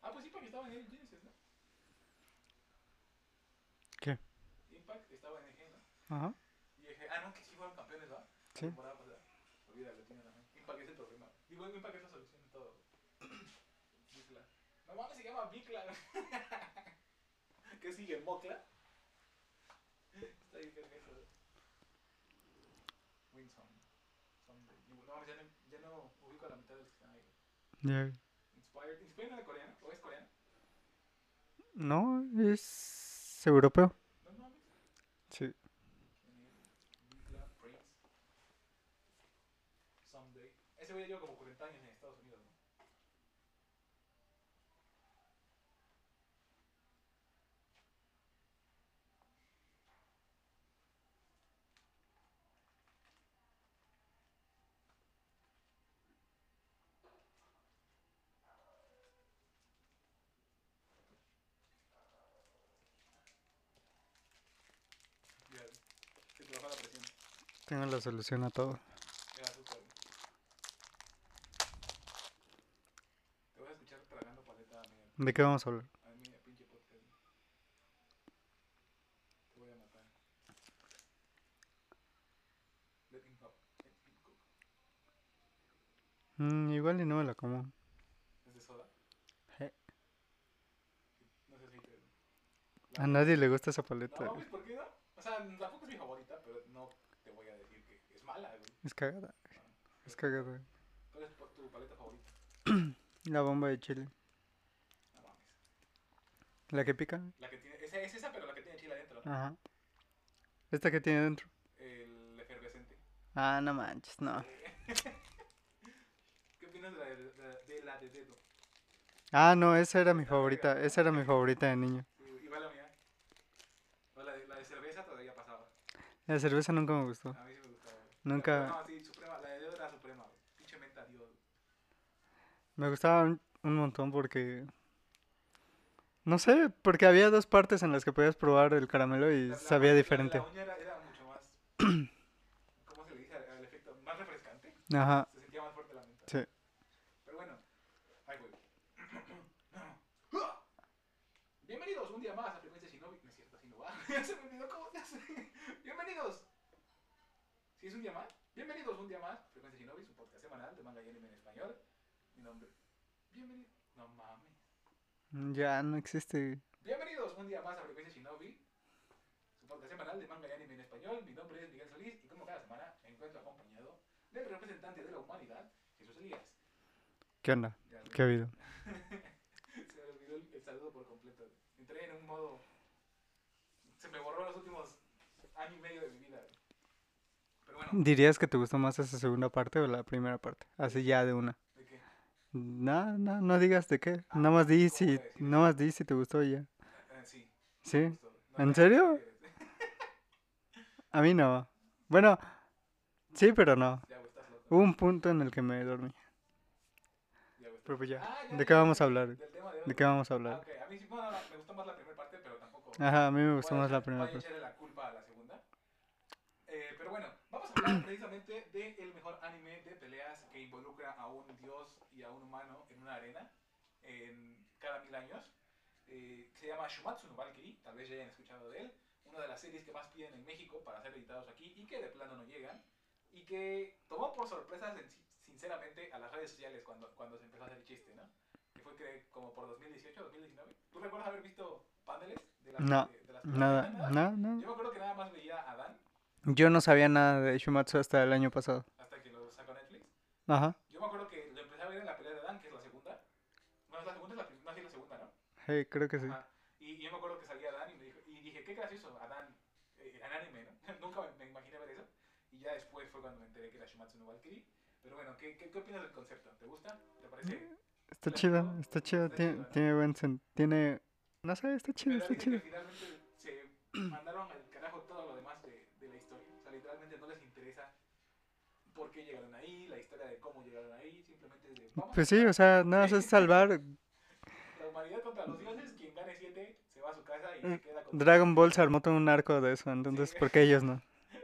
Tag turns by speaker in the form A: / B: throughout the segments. A: Ah, pues sí, porque estaba en Hell Genesis, ¿no?
B: ¿Qué?
A: Impact estaba en EG, ¿no?
B: Ajá.
A: Y EG, ah, no, que sí fueron campeones, ¿va? La
B: Sí.
A: temporada pasada. Olvídalo, tiene razón. Impact es el problema. Digo, Impact es la solución de todo. Bicla. No mames, se llama Bicla. ¿Qué sigue? ¿Mocla? Está bien, perfecto. ¿eh? Winsome. Someday. Y No mames, ya no, ya no ubico a la mitad de los que están ahí.
B: Ya.
A: Inspired. ¿Inspired no era coreano? ¿O es coreano?
B: No, es europeo.
A: No mames.
B: Sí.
A: Bigla, Prince. Someday. Ese güey lleva como 40 años en Estados Unidos, ¿no? Ya, se te baja la presión.
B: Tengo la solución a todo.
A: Ya, súper. Te voy a escuchar tragando paleta a mí,
B: ¿De qué vamos a hablar?
A: a mí, a pinche podcast. Te voy a matar. Let him cook. Let him cook.
B: Mm, igual y no me la como.
A: ¿Es de soda? No sé si te...
B: A nadie le gusta esa paleta.
A: No,
B: güey.
A: pues, ¿por qué no? O sea, tampoco es mi favorita, pero no te voy a decir que es mala, güey.
B: Es cagada. güey. Es cagada. güey.
A: ¿Cuál es tu paleta favorita?
B: La bomba de chile.
A: No mames.
B: La que pica.
A: La que tiene... Esa, es esa, pero la que tiene chile adentro, ¿no?
B: Ajá. ¿Esta que tiene dentro?
A: El efervescente.
B: Ah, no manches, no.
A: ¿Qué opinas de la de, de- de la de dedo?
B: Ah, no, esa era mi
A: Está verga,
B: favorita.
A: ¿no?
B: Esa era mi favorita de niño.
A: Sí, güey, Igual la mía. O la de, la de cerveza todavía pasaba.
B: La cerveza nunca me gustó.
A: A mí sí me gustaba. güey.
B: Nunca-
A: No, sí, suprema. La de dedo era suprema, güey. Pinche menta, Dios. güey.
B: Me gustaba un, un montón porque. No sé, porque había dos partes en las que podías probar el caramelo y
A: La- la
B: sabía
A: uña- la-
B: diferente.
A: La uña era, era mucho más. ¿Cómo se le dice al al efecto? Más refrescante.
B: Ajá,
A: Se sentía más fuerte la menta.
B: sí.
A: Pero bueno. Ay, güey. Bienvenidos un día más a Frecuencia Shinobi. No es cierto, así no va. Ya se me olvidó cómo se hace. Bienvenidos. Si es un día más, bienvenidos un día más a Frecuencia Shinobi, su podcast semanal de manga y anime en español. Mi nombre. Bienvenido. No mames.
B: Mm, Ya no existe.
A: Bienvenidos un día más a Frecuencia Shinobi, su podcast semanal de manga y anime en español. Mi nombre es Miguel Solís y como cada semana me encuentro acompañado del representante de la humanidad, Jesús Elías.
B: ¿Qué onda?
A: Ya, güey.
B: ¿Qué ha habido?
A: Se me olvidó el, el saludo por completo. Entré en un modo. Se me borró los últimos año y medio de mi vida. güey. Pero bueno,
B: ¿Dirías que te gustó más esa segunda parte o la primera parte? Así ya de una.
A: ¿de qué?
B: No, no, no digas de qué.
A: Ah,
B: Nada más di
A: ¿cómo voy
B: si,
A: a decir
B: nada más di si te gustó y ya.
A: Ah, sí.
B: Sí.
A: justo. No
B: ¿En
A: me-
B: serio? A mí no. Bueno, sí, pero no.
A: Ya, güey, estás loco.
B: Hubo un punto en el que me dormí.
A: Ya, güey, estás-
B: Pero pues ya.
A: Ah,
B: ¿De qué vamos a hablar?
A: Del tema de hoy.
B: ¿De qué vamos a
A: Ah,
B: hablar?
A: ok. A mí sí, bueno, no, me gustó más la primera parte, pero tampoco.
B: Ajá, a mí me
A: voy
B: gustó
A: a
B: más la
A: echar-
B: primera
A: voy a
B: parte.
A: echarle la culpa a la segunda. Eh, pero bueno, vamos a hablar precisamente del mejor anime de peleas que involucra a un dios y a un humano en una arena en cada mil años. Eh, se llama Shumatsu no Valkyrie, tal vez ya hayan escuchado de él. Una de las series que más piden en México para ser editados aquí y que de plano no llegan. Y que tomó por sorpresa, sin- sinceramente, a las redes sociales cuando, cuando se empezó a hacer el chiste, ¿no? Que fue que como por 2018, 2019. ¿Tú recuerdas haber visto paneles de las...
B: No,
A: de- de las-
B: Nada, nada, nada.
A: yo me acuerdo que nada más veía a Dan
B: Yo no sabía nada de Shumatsu hasta el año pasado.
A: hasta que lo sacó Netflix.
B: Ajá.
A: Yo me acuerdo que lo empecé a ver en la pelea de Dan, que es la segunda. No, es la segunda, es la primera, no, sí, es la segunda, ¿no?
B: Hey, creo que sí.
A: Ajá. Y, y yo me acuerdo que salía Dan y me dijo, y dije, qué gracioso, a Dan, eh, en anime, ¿no? Nunca me, me imaginé ver eso. Y ya después fue cuando me enteré que era Shumatsu no Valkyrie. Pero bueno, ¿qué, qué, qué opinas del concepto? ¿Te gusta? ¿Te parece?
B: Está
A: la
B: chido,
A: verdad,
B: está chido.
A: está
B: Tiene,
A: chido, ¿no?
B: tiene buen sen- Tiene. No sé, está chido,
A: Pero
B: está
A: dicen que
B: chido.
A: finalmente se mandaron al carajo todo lo demás de, de la historia. O sea, literalmente no les interesa por qué llegaron ahí, la historia de cómo llegaron ahí, simplemente de vamos
B: Pues sí, o sea, nada más es salvar.
A: La humanidad contra los dioses, quien gane 7 se va a su casa y
B: Mm,
A: se queda con...
B: Dragon Ball se armó todo un arco de eso, entonces,
A: Sí.
B: ¿por qué ellos no?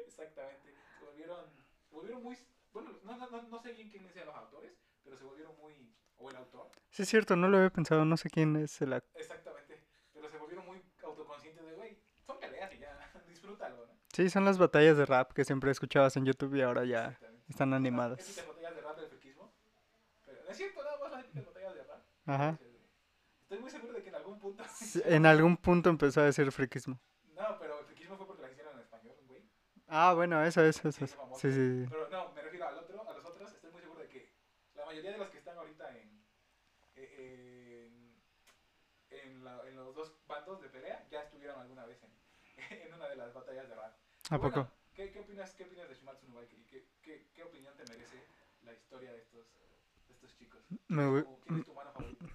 A: Exactamente. Se volvieron, se volvieron muy... Bueno, no, no, no, no sé bien quiénes sean los autores, pero se volvieron muy... O el autor.
B: Sí, es cierto, no lo había pensado, no sé quién es el actor.
A: Exactamente. Pero se volvieron muy autoconscientes de, güey, son peleas y ya, disfrútalo, ¿no?
B: Sí, son las batallas de rap que siempre escuchabas en YouTube y ahora ya
A: Exactamente.
B: están
A: Las
B: animadas.
A: épicas batallas de rap del friquismo. Pero no es cierto, nada más las épicas batallas de rap.
B: Ajá.
A: Estoy muy seguro de que en algún punto...
B: Sí, En algún punto empezó a decir friquismo.
A: No, pero el friquismo fue porque la hicieron en español, güey.
B: Ah, bueno, eso, eso, eso.
A: Sí, famoso.
B: Sí, sí, sí.
A: Pero no, me refiero al otro, a los otros, estoy muy seguro de que la mayoría de los que están ahorita en, eh, en, en, la- en los dos bandos de pelea ya estuvieron alguna vez en, en una de las batallas de rap.
B: ¿A
A: Bueno,
B: poco?
A: ¿qué, qué, opinas, ¿Qué opinas de Shumatsu no Valkyrie? ¿Qué, qué, ¿Qué opinión te merece la historia de estos, de estos chicos?
B: Me voy-
A: ¿O ¿Quién es tu mano favorito?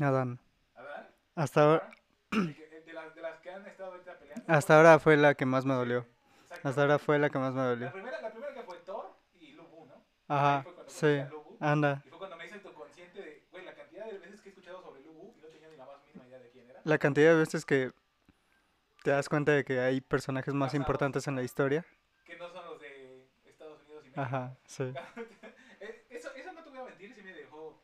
B: Adán.
A: ¿Adán?
B: Hasta ahora,
A: ¿El que- el De las, de las que han estado ahorita peleando.
B: Ah. hasta ahora fue la que más me dolió.
A: Exacto.
B: Hasta ahora fue la que más me
A: La
B: dolió.
A: primera, la primera que fue Thor y Lubu, ¿no? Ahí
B: Ajá,
A: fue cuando conocí
B: sí. Ah.
A: a Lubu.
B: Anda.
A: Y fue cuando me hice autoconsciente de, güey, la cantidad de veces que he escuchado sobre Lubu y no tenía ni la más mínima idea de quién era.
B: La cantidad de veces que te das cuenta de que hay personajes más
A: Ajá.
B: importantes en la historia.
A: Que no son los de Estados Unidos y México.
B: Ajá, sí.
A: Eh, eso, eso no te voy a mentir, sí me dejó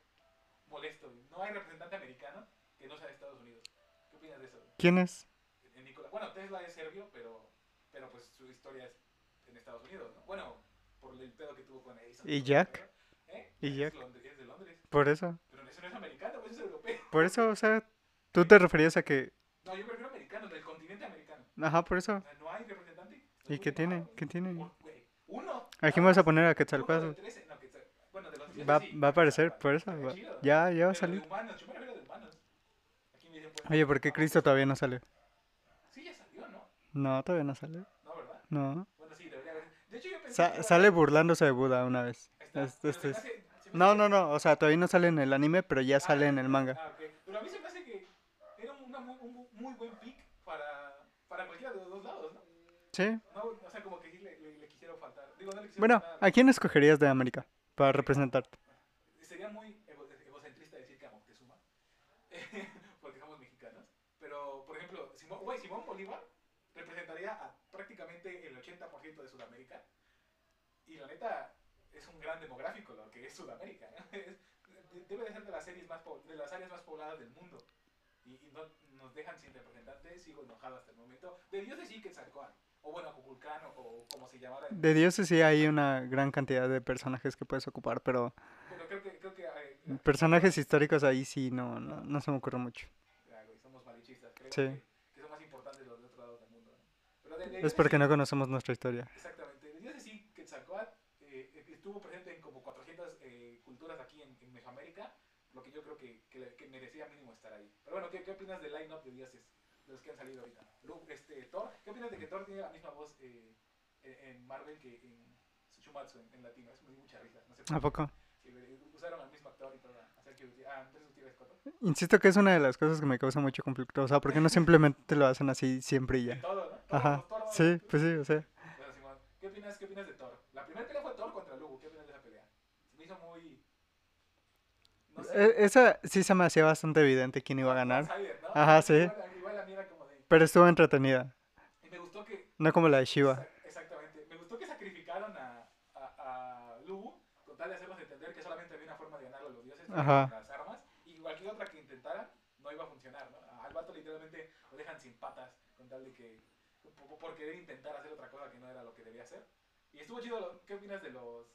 A: molesto. güey. No hay representante americano que no sea de Estados Unidos. ¿Qué opinas de eso? güey?
B: ¿Quién es?
A: En Nicola- Bueno, Tesla es serbio, pero, pero pues su historia es en Estados Unidos, ¿no? Bueno, por el pedo que tuvo con Edison.
B: ¿Y
A: todo ese
B: Jack?
A: pedo. ¿Eh?
B: ¿Y
A: Es
B: Jack?
A: Lond- es de Londres.
B: Por eso.
A: Pero eso no es americano, pues es europeo.
B: Por eso, o sea, tú te referías a que...
A: No, yo prefiero americano, del continente americano.
B: Ajá, por eso.
A: O sea, no hay representante.
B: ¿Y qué tiene? ¿Qué tiene?
A: Un- güey, Uno.
B: Aquí me vas a
A: nada más.
B: poner a
A: Uno de
B: Quetzalcóatl.
A: 13, no, Quetzal- Bueno, de los
B: Va,
A: 13 sí.
B: va a aparecer, por eso.
A: Está
B: va-
A: chido.
B: Ya, ya va a
A: Pero de
B: salir.
A: humanos, yo me refiero de humanos. Aquí me dicen, pues,
B: Oye, ¿por qué
A: ah,
B: Cristo todavía no sale?
A: Sí, ya salió, ¿no?
B: No, todavía no sale.
A: No, ¿verdad?
B: No.
A: Bueno, sí, debería haber. De hecho, yo pensé.
B: Sa-
A: que iba-
B: sale burlándose de Buda una vez.
A: Ahí está.
B: es-
A: Pero
B: este
A: se me
B: es-
A: hace- se me
B: No,
A: hace-
B: no, no. O sea, todavía no sale en el anime, pero ya sale
A: Ah,
B: en el manga.
A: Ah, ok. Pero a mí se me hace que era una muy- un muy, buen pick para, para cualquiera de los dos lados, ¿no?
B: Sí.
A: No, o sea, como que sí le, le, le quisieron faltar. Digo, no le quisieron
B: Bueno,
A: faltar.
B: ¿a quién escogerías de América para representarte?
A: Sería muy ego- egocentrista decir que a Moctezuma, porque somos mexicanos. Pero, por ejemplo, Simón, güey, Simón Bolívar representaría a prácticamente el 80% de Sudamérica. Y la neta, es un gran demográfico lo que es Sudamérica. ¿no? Es- de- debe de ser de las, series más po- de las áreas más pobladas del mundo. Y, y no, nos dejan sin representante, sigo enojado hasta el momento. De Dios decir que o bueno, Cuculcán, o, o como se llamara. en-
B: De dioses sí hay una gran cantidad de personajes que puedes ocupar, pero
A: Pero creo que, creo que eh,
B: personajes históricos ahí sí no, no, no se me ocurre mucho.
A: Ya, güey, somos malichistas, creo
B: Sí.
A: que, que son más importantes los de otro lado del mundo. ¿no? Pero de- de-
B: Es
A: de-
B: porque no conocemos nuestra historia.
A: Exactamente. De Dios sí, Quetzalcóatl eh, estuvo presente en como 400 eh, culturas aquí en, en Mesoamérica, lo que yo creo que, que, le- que merecía mínimo estar ahí. Pero bueno, ¿qué, qué opinas del line-up de dioses? De los que han salido ahorita. Lu- este, Thor, ¿qué opinas de que Thor tiene la misma voz eh, en, en Marvel que en Shumatsu, en, en latino? Es muy mucha risa. No sé por
B: ¿A
A: qué.
B: poco?
A: Sí, güey, usaron al mismo actor y todo. a- a Sergio Gutiérrez- Ah, Andrés Gutiérrez Coto.
B: Insisto que es una de las cosas que me causa mucho conflicto. O sea, ¿por qué no simplemente lo hacen así siempre y
A: En
B: ya?
A: todo, ¿no? Todos
B: Ajá.
A: los Thor, ¿no?
B: Sí, pues sí, o sea.
A: Bueno, Simón, ¿qué opinas, ¿qué opinas de Thor? La primera pelea fue Thor contra Lugo. ¿Qué opinas de esa pelea? Se me hizo muy. No sé.
B: e- Esa sí se me hacía bastante evidente quién iba eh, a ganar,
A: outsider, ¿no?
B: Ajá, sí.
A: Igual, igual la mira como de.
B: pero estuvo entretenida.
A: Y me gustó que.
B: No como la de Shiva.
A: Exact- Exactamente. Me gustó que sacrificaron a, a, a Lugo con tal de hacernos entender que solamente había una forma de ganarle a los dioses, que era
B: Ajá.
A: con las armas, y cualquier otra que intentara no iba a funcionar, ¿no? Al vato literalmente lo dejan sin patas con tal de que. por- por querer intentar hacer otra cosa que no era lo que debía hacer. Y estuvo chido, lo- ¿qué opinas de los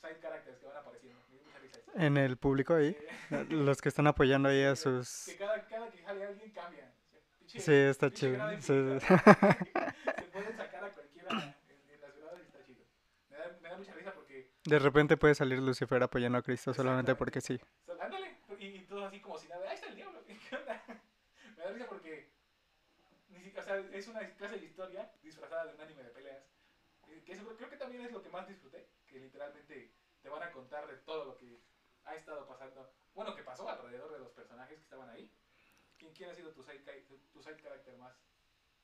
A: side characters que van apareciendo? Me dio mucha risa esto.
B: En el público ahí,
A: Eh,
B: los que están apoyando ahí a sus...
A: que cada, cada que sale alguien cambia. Pinche-
B: Sí, está
A: pinche
B: chido,
A: grado
B: sí.
A: infinito. Se pueden sacar a cualquiera en, en las gradas y está chido. Me da, me da mucha risa porque.
B: De repente puede salir Lucifer apoyando a Cristo solamente
A: Exactamente.
B: porque sí.
A: o sea, ándale. Y, y todos así como si nada. Ahí está el diablo. ¿qué onda? Me da risa porque. ni si- o sea, es una clase de historia disfrazada de un anime de peleas. Eh, Que eso creo que también es lo que más disfruté. Que literalmente te van a contar de todo lo que ha estado pasando. Bueno, que pasó alrededor de los personajes que estaban ahí. ¿Quién, quién ha sido tu side, ca- tu- tu side character más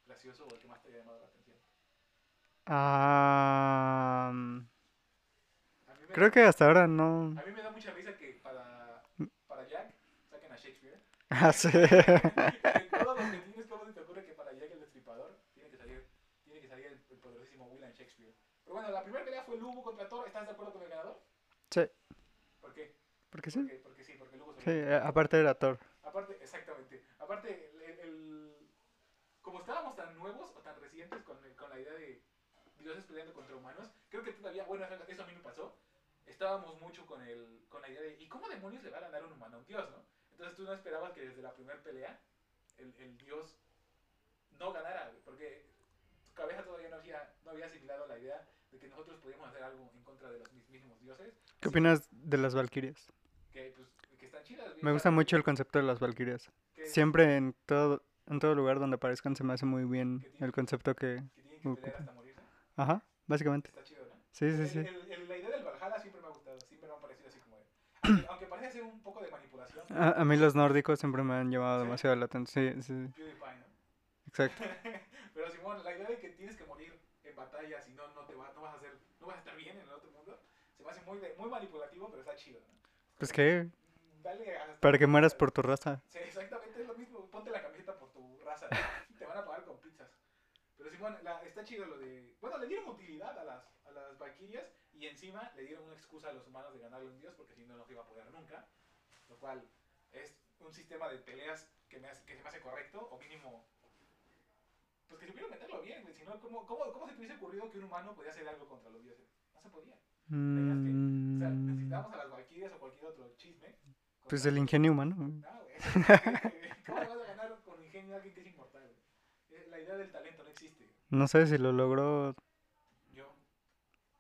A: gracioso o el que más te haya llamado la atención?
B: Ah, mm,
A: A mí me-
B: creo que hasta ahora no...
A: A mí me da mucha risa que para, para Jack saquen a Shakespeare.
B: Ah, sí.
A: De todos los que tienes, ¿cómo se te ocurre que para Jack el Destripador tiene que salir, tiene que salir el, el poderosísimo William Shakespeare? Pero bueno, la primera pelea fue Lubu contra Thor. ¿Estás de acuerdo con el ganador?
B: Sí,
A: ¿Por qué?
B: porque sí.
A: Porque, porque sí, porque
B: Sí, eh, aparte era Thor.
A: Aparte, exactamente. Aparte, el, el- el- como estábamos tan nuevos o tan recientes con, el- con la idea de dioses peleando contra humanos, creo que todavía, bueno, eso- eso a mí me pasó. Estábamos mucho con, el, con la idea de, ¿y cómo demonios le va a ganar un humano a un dios, no? Entonces tú no esperabas que desde la primera pelea el, el dios no ganara, güey, porque tu cabeza todavía no había, no había asimilado la idea de que nosotros podíamos hacer algo en contra de los mismísimos dioses,
B: ¿Qué opinas de las Valkyrias?
A: que, pues, que están chidas. güey,
B: Me gusta
A: para-
B: mucho el concepto de las Valkyrias.
A: que-
B: Siempre en todo, en todo lugar donde aparezcan se me hace muy bien el concepto que...
A: que tienen que pelear
B: Ocupa.
A: hasta morirse.
B: Ajá, básicamente.
A: Está chido, ¿no?
B: Sí, sí,
A: El-
B: sí.
A: el- el- la idea del Valhalla siempre me ha gustado, siempre me ha parecido así como... de- aunque, aunque parece ser un poco de manipulación,
B: A, a mí los nórdicos siempre me han llamado
A: ¿Sí?
B: demasiado la atención. Sí, sí,
A: PewDiePie, ¿no?
B: exacto.
A: Pero Simón, la idea de que tienes que morir en batalla, si no, no, te va, no, vas, a hacer, no vas a estar bien en el otro mundo, se me hace muy, de- muy manipulativo, pero está chido, ¿no?
B: Pues que,
A: Mm, Dale hasta-
B: para que mueras por tu raza.
A: Sí, exactamente, es lo mismo. Ponte la camiseta por tu raza. ¿no? Te van a pagar con pizzas. Pero Simón, la- está chido lo de... Bueno, le dieron utilidad a las, a las Valkyrias y encima le dieron una excusa a los humanos de ganarle un dios porque si no, no se iba a poder nunca. Lo cual es un sistema de peleas que, me hace- que se me hace correcto o mínimo... Pues que supieron meterlo bien, güey. Si no, ¿cómo, cómo, ¿cómo se te hubiese ocurrido que un humano podía hacer algo contra los dioses? No se podía. O sea,
B: Mm,
A: necesitábamos a las Valkyrias o cualquier otro chisme.
B: pues
A: contra-
B: el ingenio humano.
A: no, Ah, güey. ¿Cómo vas a ganar con ingenio a alguien que es inmortal? güey? Eh, La idea del talento no existe.
B: No sé si lo logró
A: Yo.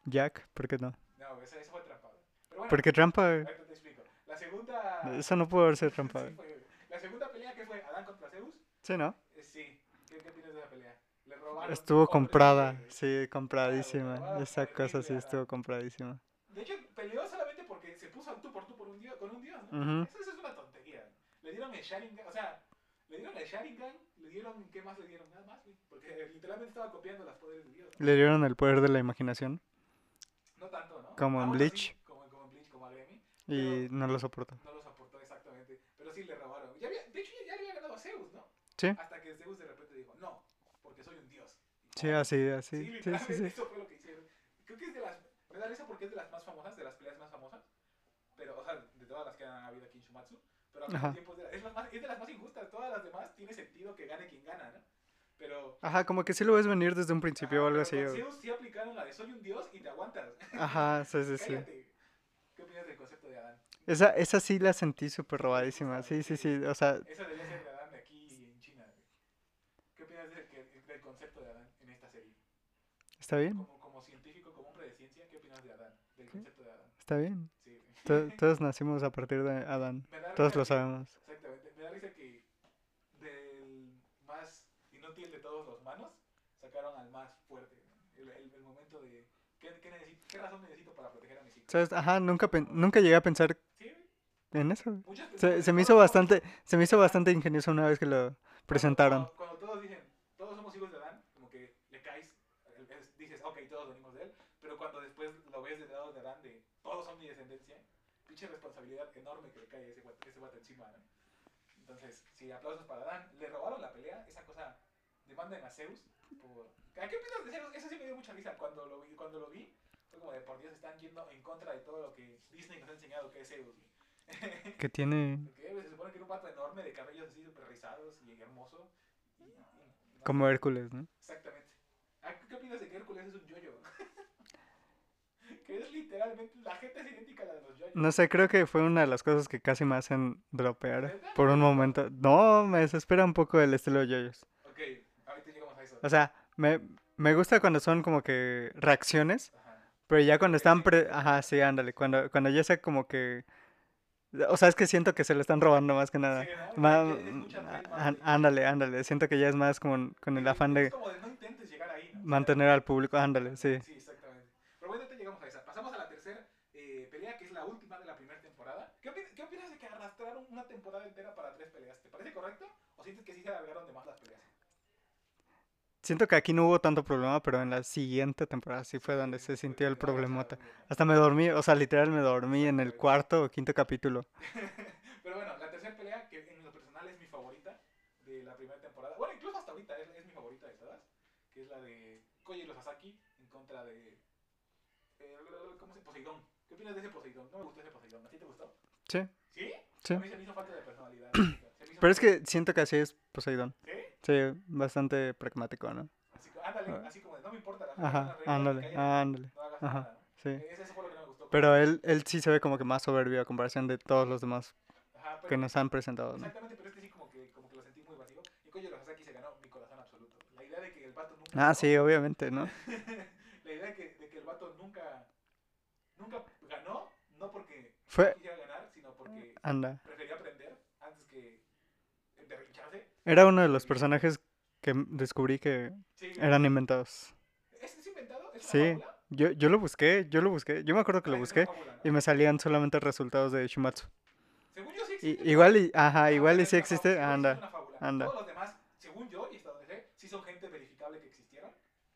B: Jack, ¿por qué no?
A: No, güey, esa, esa fue trampa. güey. Pero bueno,
B: Porque trampa...
A: ahorita te explico. La segunda.
B: Eso no pudo haber sido trampa.
A: Sí, fue- la segunda pelea que fue Adán contra Zeus.
B: Sí, ¿no?
A: eh, sí. ¿Qué, qué opinas de esa pelea? Le robaron.
B: Estuvo
A: hombres,
B: comprada,
A: eh,
B: sí, compradísima.
A: robaron
B: Esa cosa sí
A: horrible a-
B: estuvo compradísima.
A: De hecho, peleó solamente porque se puso al tú por tú por un dios, con un dios, ¿no?
B: Ujú.
A: eso, eso es una tontería. Le dieron el Sharingan, o sea, le dieron el Sharingan, le dieron, ¿qué más le dieron? Nada más, güey. Porque eh, literalmente estaba copiando las poderes de dios. ¿no?
B: Le dieron el poder de la imaginación
A: No tanto, ¿no?
B: Como en
A: Aún
B: Bleach.
A: así, como, como en Bleach, como a Grammy.
B: y no lo soportó.
A: No los aportó exactamente. Pero sí le robaron. Ya había- de hecho, ya, ya le había ganado a Zeus, ¿no?
B: Sí.
A: Hasta que Zeus de repente dijo, no, porque soy un dios.
B: Sí, así, así. Sí, sí,
A: literalmente
B: sí.
A: eso fue lo que hicieron. Creo que es de las. Me da risa porque es de las más famosas, de las peleas más famosas. Pero, o sea, de todas las que han habido aquí en Shumatsu. Pero al mismo
B: Ajá.
A: tiempo es de, la- es, las más, es de las más injustas. Todas las demás tiene sentido que gane quien gana, ¿no? Pero.
B: Ajá, como que sí lo ves venir desde un principio
A: ajá,
B: o algo
A: pero
B: así.
A: con
B: o-
A: Zeus sí aplicaron la de soy un dios y te aguantas.
B: Ajá, sí, sí, sí.
A: Cállate. ¿Qué opinas del concepto de Adán?
B: Esa, esa sí la sentí súper robadísima. Sí, sí, sí. O sea,
A: Esa debería ser de Adán de aquí y en China. güey. ¿Qué opinas de que- del concepto de Adán en esta serie?
B: está bien,
A: Como, como científico, como hombre de ciencia, ¿qué opinas de Adán? Del concepto de Adán.
B: está bien.
A: Sí. güey.
B: To- Todos nacimos a partir de Adán.
A: Me da
B: Todos
A: risa
B: lo
A: que-
B: sabemos.
A: Exactamente. Me da risa que del más inútil de todos los manos sacaron al más fuerte. ¿no? El, el- el momento de. ¿qué, qué, necesito, ¿Qué razón necesito para proteger a mis hijos?
B: ¿Sabes? Ajá, nunca, pen- nunca llegué a pensar
A: Sí, güey.
B: en eso.
A: Muchas
B: Se,
A: personas-
B: se me
A: no,
B: hizo
A: no,
B: bastante, se me hizo bastante ingenioso una vez que lo presentaron.
A: Cuando, cuando todos dicen, todos somos hijos de Adán, como que le caes, eh, es- dices, ok, todos venimos de él, pero cuando después lo ves del lado de Adán, de todos son mi descendencia, pinche responsabilidad enorme que le cae a ese guate, ese guate encima, ¿no? Entonces, sí, aplausos para Adán. Le robaron la pelea, esa cosa, demanden a Zeus por... ¿A qué opinas de Zeus? Eso sí me dio mucha risa cuando lo vi, cuando lo vi fue como de, por Dios, están yendo en contra de todo lo que Disney nos ha enseñado que es Zeus, güey.
B: Que tiene
A: Porque Pues, se supone que era un pato enorme de cabellos así súper rizados y hermoso. y- y- no,
B: como Hércules, ¿no?
A: Exactamente. Ah, ¿Qué opinas de que Hércules es un yoyo? que es literalmente. La gente es idéntica a la de los yoyos.
B: No sé, creo que fue una de las cosas que casi me hacen dropear
A: ¿Neta?
B: por un momento. No, me desespera un poco el estilo de yoyos.
A: Ok, ahorita llegamos a eso.
B: O sea, me, me gusta cuando son como que reacciones,
A: Ajá.
B: pero ya cuando están...
A: Reacciones.
B: Pre Ajá, sí, ándale. Cuando, cuando ya sea como que... O sea, es que siento que se lo están robando más que nada.
A: Sí, ¿no? Ya-
B: Ma-
A: ya es mucha
B: á-
A: trampa, güey.
B: ándale, ándale. Siento que ya es más como con el
A: Sí,
B: afán
A: es
B: de
A: como de no intentes llegar ahí. ¿no? O sea,
B: mantener al público. Ándale, sí.
A: Sí, exactamente. Pero bueno, ahorita llegamos a esa. Pasamos a la tercera eh, pelea, que es la última de la primera temporada. ¿Qué, opi- qué opinas de que arrastraron una temporada entera para tres peleas? ¿Te parece correcto? ¿O sientes que sí se alargaron de más las peleas?
B: Siento que aquí no hubo tanto problema, pero en la siguiente temporada sí fue donde se sintió el problemota. Hasta me dormí, o sea, literal me dormí en el cuarto o quinto capítulo.
A: Pero bueno, la tercera pelea, que en lo personal es mi favorita de la primera temporada. Bueno, incluso hasta ahorita es, es mi favorita de todas. Que es la de Koji y los Asaki en contra de. eh, ¿Cómo se Poseidón. ¿Qué opinas de ese Poseidón? No me gustó ese Poseidón. ¿A ti te gustó?
B: Sí,
A: ¿Sí?
B: Sí.
A: A mí se me hizo falta de personalidad. se me hizo
B: Pero es
A: falta-
B: que siento que así es Poseidón.
A: ¿Sí?
B: Sí, bastante pragmático, ¿no?
A: Así, co- ándale,
B: Ah.
A: así como de, no me importa. las reglas son
B: Ajá,
A: las reglas,
B: ándale,
A: cállate,
B: ándale.
A: No hagas
B: ajá,
A: nada, ¿no?
B: Sí.
A: Eh, Eso fue lo que no me gustó.
B: Pero él, él sí se ve como que más soberbio a comparación de todos los demás
A: Ajá, pero-
B: que nos han presentado, ¿no?
A: Exactamente, pero este sí como que, como que lo sentí muy vacío. Y Koyo Lozaki se ganó mi corazón absoluto. La idea de que el vato nunca...
B: Ah, sí, obviamente, ¿no?
A: la idea de que, de que el vato nunca, nunca ganó, no porque
B: Fue,
A: quisiera ganar, sino porque
B: anda.
A: prefería aprender antes que derrincharse.
B: Era uno de los personajes que m- descubrí que
A: Sí,
B: eran inventados.
A: ¿Es, es inventado? ¿Es una
B: Sí,
A: fábula?
B: Yo, yo lo busqué, yo lo busqué. Yo me acuerdo que lo
A: Ah, es
B: busqué
A: una fábula, ¿no?
B: y me salían solamente resultados de Shumatsu.
A: Según yo sí
B: Y-
A: existe.
B: igual y, ajá,
A: Ah,
B: igual
A: pero
B: y
A: es
B: sí
A: una fábula,
B: existe,
A: según yo sí es
B: anda.
A: una fábula.
B: anda.
A: Todos los demás, según yo y hasta donde sé, sí son gente verificable que existieron.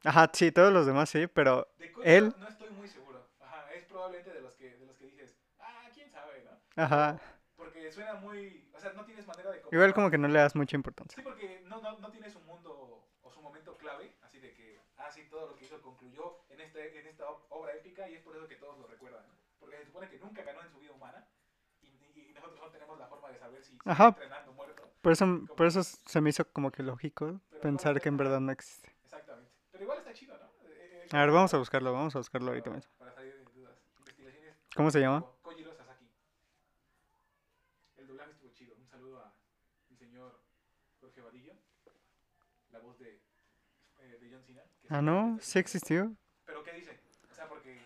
B: Ajá, sí, todos los demás sí, pero
A: De Koyo
B: Él-
A: no estoy muy seguro. Ajá, es probablemente de los que, de los que dices, ah, quién sabe, ¿no?
B: ajá,
A: Porque suena muy. O sea, no tienes manera de.
B: igual
A: comprobar.
B: como que no le das mucha importancia.
A: Sí, porque no, no, no tiene su mundo o su momento clave, así de que, ah, sí, todo lo que hizo concluyó en, este, en esta ob- obra épica y es por eso que todos lo recuerdan. ¿no? Porque se supone que nunca ganó en su vida humana y, y- y nosotros no tenemos la forma de saber si sigue
B: Ajá.
A: entrenando muerto.
B: Por eso, por eso se me hizo como que lógico pensar que en verdad no existe.
A: Exactamente. Pero igual está chido, ¿no? Eh, eh,
B: A ver, vamos a buscarlo, vamos a buscarlo
A: para-
B: ahorita mismo.
A: Para salir de dudas. Investigaciones.
B: ¿Cómo se llama?
A: Ko- Kojiro Sasaki. El doblaje estuvo chido. Un saludo a el señor Jorge Vadillo. La voz de, eh, de John Cena. que
B: Ah, no,
A: seguramente está escuchando.
B: sí existió.
A: Pero ¿qué dice? O sea, porque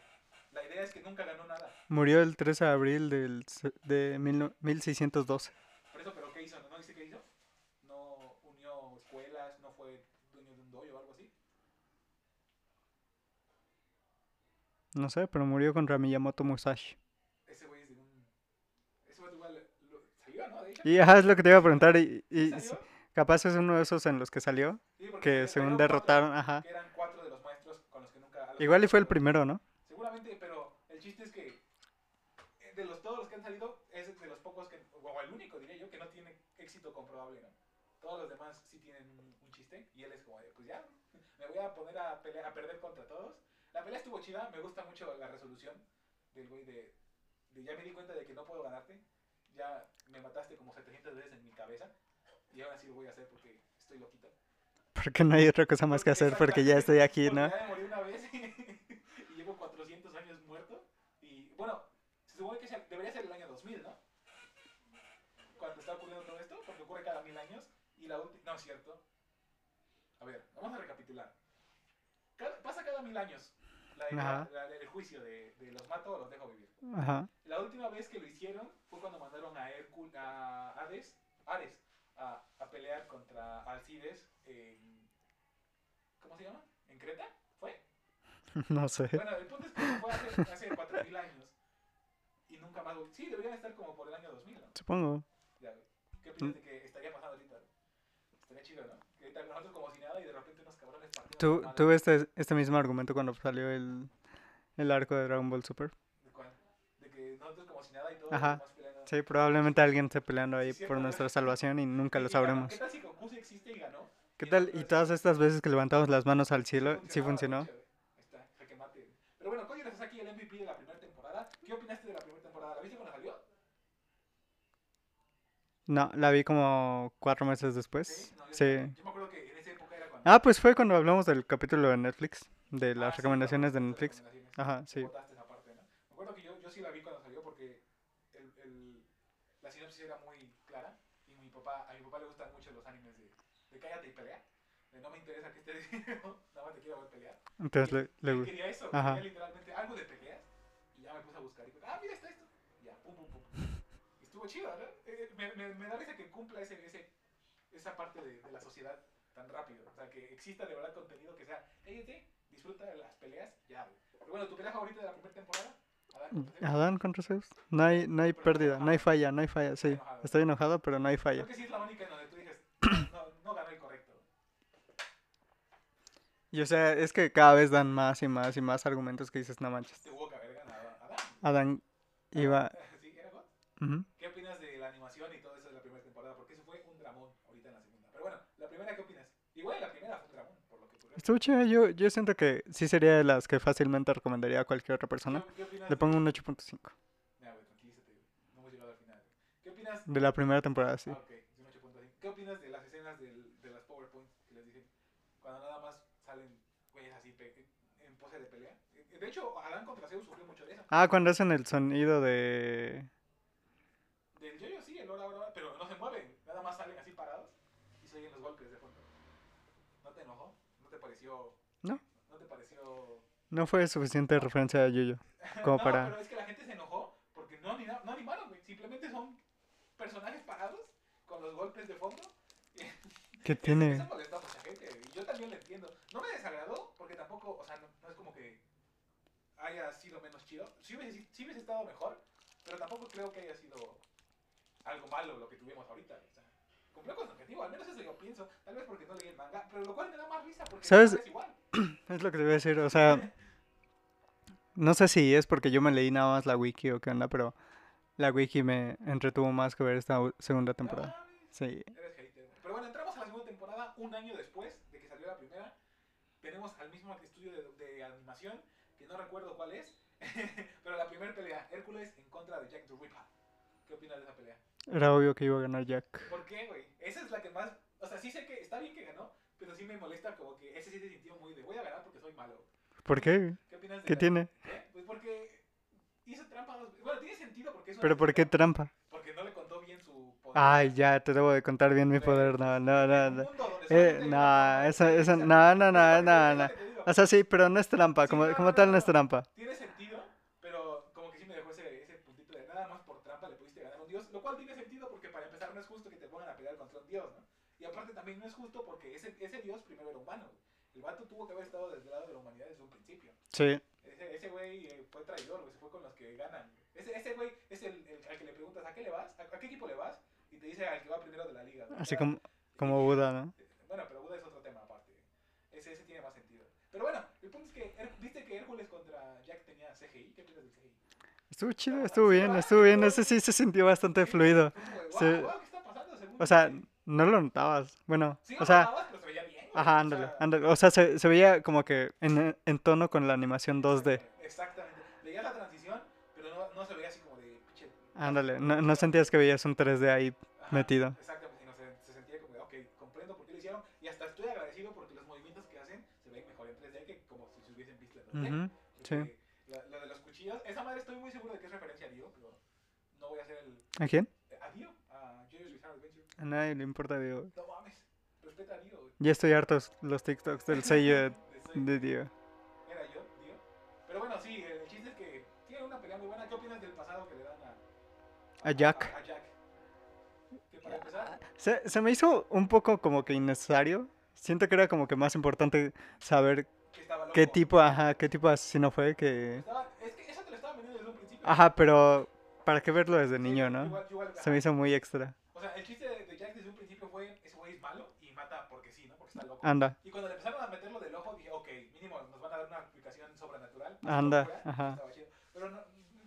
A: la idea es que nunca ganó nada.
B: Murió el 3 de abril del, se- de mil no- 1612.
A: Por eso, ¿pero qué hizo? ¿No dice qué hizo? ¿No unió escuelas? ¿No fue dueño de un doyo o algo así?
B: No sé, pero murió contra Miyamoto Musashi.
A: Ese güey es de un... Ese güey igual lo- salió, ¿no? De hecho.
B: Y ajá, es lo que te iba a preguntar. Y,
A: ¿Sí
B: y
A: salió?
B: s- capaz es uno de esos en los que salió,
A: Sí, porque
B: que
A: salieron-
B: según
A: salieron cuatro,
B: derrotaron, ajá.
A: Que eran cuatro de los maestros con los que nunca... a los
B: Igual y
A: que
B: fue el
A: nunca-
B: primero, ¿no?
A: Seguramente, pero el chiste es que eh, de los todos los que han salido, es de los pocos que, o el único diría yo, que no tiene éxito comprobable, ¿no? Todos los demás sí tienen un, un chiste y él es como, de, pues ya, me voy a poner a, pele- a perder contra todos. La pelea estuvo chida, me gusta mucho la resolución del güey de, de ya me di cuenta de que no puedo ganarte, ya me mataste como 700 veces en mi cabeza y ahora sí lo voy a hacer porque estoy loquito.
B: Porque no hay otra cosa más que
A: Porque-
B: hacer porque
A: exactamente,
B: ya estoy aquí,
A: porque
B: ¿no?
A: Ya me morí una vez y llevo 400 años muerto. Y bueno, se supone que se- debería ser el año 2000, ¿no? Cuando está ocurriendo todo esto, porque ocurre cada mil años. Y la última. No, es cierto. A ver, vamos a recapitular. Cada- pasa cada mil años la, la-
B: Ajá.
A: la- el juicio de, de los mato o los dejo vivir.
B: Ajá.
A: La última vez que lo hicieron fue cuando mandaron a Hércules, a Hades, Ares, a, a pelear contra Alcides en... ¿Cómo se llama? ¿En Creta? ¿Fue?
B: No sé.
A: Bueno, el punto es que fue hace, hace 4.000 años. Y nunca más... vol- Sí, deberían estar como por el año 2000, ¿no?
B: Supongo.
A: Ya, güey. ¿Qué opinas de que estaría pasando ahorita? Estaría chido, ¿no? Que ahorita nosotros como si nada y de repente unos cabrones partidos...
B: ¿Tú, tú ves este, este mismo argumento cuando salió el, el arco de Dragon Ball Super?
A: ¿De cuál? De que nosotros como si nada y todos
B: Ajá.
A: más peleando.
B: Sí, probablemente alguien esté peleando ahí
A: Sí,
B: por
A: ¿no?
B: nuestra salvación y nunca
A: Y-
B: lo
A: y ganó.
B: sabremos.
A: ¿Qué tal si Goku sí existe y ganó?
B: ¿Qué tal?
A: nosotros
B: Y todas estas veces que levantamos las manos al cielo, sí
A: Funcionaba,
B: funcionó.
A: chévere. Ahí está, jaque mate. Pero bueno, Koji aquí el MVP de la primera temporada. ¿Qué opinaste de la primera temporada? ¿La viste cuando salió?
B: No, la vi como cuatro meses después.
A: No, yo-
B: Pues, Sí.
A: Yo me acuerdo que en esa época era cuando.
B: Ah, pues fue cuando hablamos del capítulo de Netflix, de
A: Ah,
B: las
A: sí,
B: recomendaciones de
A: cuando-
B: Netflix.
A: recomendaciones.
B: Ajá, sí.
A: Votaste esa parte, ¿no? Me acuerdo que yo, yo sí la vi cuando salió porque el, el- la sinopsis era muy clara y mi papá, a mi papá le gustan mucho los animes de, de cállate y pelea. De no me interesa que esté nada más te quiero ver pelear.
B: Entonces le, le
A: Yo
B: gu-
A: quería eso,
B: Ajá.
A: quería literalmente algo de peleas. Y ya me puse a buscar. Y, ah, mira, está esto. Y ya, pum, pum, pum. Y Estuvo chido, ¿no? Eh, eh, Me, me, me da risa que cumpla ese, ese, esa parte de, de la sociedad tan rápido. O sea, que exista de verdad contenido que sea, cállate, disfruta de las peleas, ya. güey". Pero bueno, ¿tu pelea favorita de la primera temporada? Adán, ¿no?
B: Adán contra Zeus. No hay, no hay
A: Pero estoy
B: pérdida, no hay
A: enojado.
B: falla, no hay falla.
A: Estoy
B: Sí,
A: enojado.
B: estoy enojado, pero no hay falla.
A: Creo que sí es la única en donde tú dices, no, no ganó el correcto.
B: Y o sea, es que cada vez dan más y más y más argumentos que dices, no manches.
A: Te hubo que haber ganado a Adán.
B: Adán iba.
A: ¿Sí? ¿Era God?
B: Ujú.
A: ¿Qué opinas de la animación y todo eso de la primera temporada? Porque eso fue un dramón ahorita en la segunda. Pero bueno, la primera, ¿qué opinas? Igual la primera fue un dramón, por lo que ocurrió.
B: Estuvo chida, yo, yo siento que sí sería de las que fácilmente recomendaría a cualquier otra persona.
A: ¿Qué, qué opinas?
B: Le
A: de-
B: pongo un 8.5.
A: Ya, güey, tranquilízate, güey. No hemos llegado al final. güey. ¿Qué opinas opinas?
B: De la primera temporada, Mm, sí.
A: Ah, ok, es un 8.5. ¿Qué opinas de las escenas del- de las PowerPoints que les dije? Cuando nada más salen güeyes así pe- en pose de pelea. De hecho, Adán contra Zeus sufrió mucho de eso.
B: Ah, cuando hacen el sonido de...
A: Del yo-yo sí, el hora, hora, hora, pero no se mueven. Nada más salen así parados y se oyen los golpes de fondo. ¿No te enojó? ¿No te pareció...?
B: No.
A: ¿No te pareció...?
B: No fue suficiente referencia a Yuyo. Como
A: no,
B: para-
A: pero es que la gente se enojó porque no, anima- no animaron, güey. Simplemente son personajes parados con los golpes de fondo.
B: ¿Qué
A: Eso
B: tiene?
A: molesta a mucha gente y yo también lo entiendo. No me desagradó porque tampoco, o sea, no, no es como que haya sido menos chido. Sí hubiese, sí hubiese estado mejor, pero tampoco creo que haya sido algo malo lo que tuvimos ahorita. O sea, cumplió con su objetivo, al menos eso yo pienso. Tal vez porque no leí el manga, pero lo cual me da más risa porque
B: ¿Sabes?
A: el manga es igual.
B: Es lo que te voy a decir, o sea... No sé si es porque yo me leí nada más la wiki o qué onda, pero... La wiki me entretuvo más que ver esta u- segunda
A: No
B: temporada.
A: mames.
B: Sí.
A: Eres hater. Pero bueno, entramos a la segunda temporada un año después de que salió la primera. Tenemos al mismo estudio de, de animación, que no recuerdo cuál es, pero la primera pelea, Hércules en contra de Jack the Ripper. ¿Qué opinas de esa pelea?
B: Era obvio que iba a ganar Jack.
A: ¿Por qué, güey? Esa es la que más... O sea, sí sé que está bien que ganó, pero sí me molesta como que ese sí se sintió muy de voy a ganar porque soy malo.
B: ¿Por qué?
A: ¿Qué opinas de
B: ¿Qué
A: la-
B: tiene?
A: ¿Eh? Pues porque hizo trampa dos veces. Bueno, tiene sentido porque eso...
B: ¿Pero por qué trampa?
A: Porque no le contó bien su poder.
B: Ay, ya, te debo de contar bien mi poder. No, no, no,
A: En un
B: no.
A: mundo donde
B: Eh,
A: solamente hay una
B: no,
A: forma de
B: esa, esa,
A: utilizar-
B: no, no, no,
A: Es lo que te- es
B: no, no.
A: lo que te digo.
B: O sea, sí, pero no es trampa,
A: Sí,
B: como,
A: no,
B: como
A: no,
B: tal
A: no,
B: no es
A: no.
B: trampa.
A: Tiene sentido, pero como que sí me dejó ese, ese puntito de nada más por trampa le pudiste ganar a un dios, lo cual tiene sentido porque para empezar no es justo que te pongan a pelear contra un dios, ¿no? Y aparte también no es justo porque ese, ese dios primero era humano. güey. El vato tuvo que haber estado del lado de la humanidad desde un principio.
B: Sí,
A: Ese ese güey eh, fue traidor, güey, se fue con los que ganan. güey. Ese ese güey es el, el- al que le preguntas, ¿a qué le vas? ¿A, a qué equipo le vas? Y te dice al que va primero de la liga. güey.
B: así
A: O sea,
B: como, como Buda, ¿no?
A: bueno, pero Buda es otro tema aparte. Ese, ese tiene más sentido. Pero bueno, el punto es que Her- viste que Hércules contra Jack tenía CGI. ¿Qué piensas del CGI?
B: Estuvo chido, estuvo bien, estuvo bien. Ese sí se sintió bastante
A: Sí.
B: fluido.
A: Fue como de,
B: Sí.
A: "Guau, guau, ¿qué está pasando? Según
B: O sea,
A: yo,
B: no lo notabas. Bueno,
A: sí
B: o
A: lo
B: sea,
A: notabas, pero se veía bien, güey. O
B: ajá, ándale,
A: sea,
B: ándale. O sea, se, se veía como que en, en tono con la animación 2D.
A: Exactamente. Veías la transición, pero no, no se veía así como de pinche.
B: Ah, Ándale, no, no sentías que veías un 3D ahí.
A: Ajá,
B: metido.
A: Exactamente, no, se, se sentía como, de, ok, comprendo por qué lo hicieron y hasta estoy agradecido porque los movimientos que hacen se ven mejor en 3D que como si se hubiesen visto en 2D.
B: Ujú,
A: Porque Eh, La, la de los cuchillos, esa madre estoy muy seguro de que es referencia a Dio, pero no voy a hacer el. eh,
B: ¿A quién?
A: ¿A Dio? A Jojo's Bizarre Adventure.
B: A nadie le importa, Dio.
A: No mames, respeta a Dio, güey.
B: Ya estoy harto de los TikToks del sello de-
A: De soy-
B: de Dio.
A: Era yo, Dio. Pero bueno, sí, el chiste es que tiene una pelea muy buena. ¿Qué opinas del pasado que le dan a.
B: A Jack.
A: A, a Jack. Que para empezar,
B: Se, se me hizo un poco como que innecesario. Siento que era como que más importante saber
A: que estaba loco.
B: qué tipo, ajá, qué tipo de asesino fue que...
A: Estaba- es que eso te lo estaba vendiendo desde un principio.
B: Ajá, pero ¿para qué verlo desde niño,
A: Sí,
B: no?
A: igual- igual-
B: Se me hizo muy extra.
A: O sea, el chiste de, de Jack desde un principio fue: ese güey es malo y mata porque sí, ¿no? Porque está loco.
B: Anda,
A: Y cuando le empezaron a meterlo del ojo, dije, ok, mínimo nos van a dar una explicación sobrenatural.
B: Anda,
A: Fuera,
B: ajá.
A: Estaba chido. Pero no,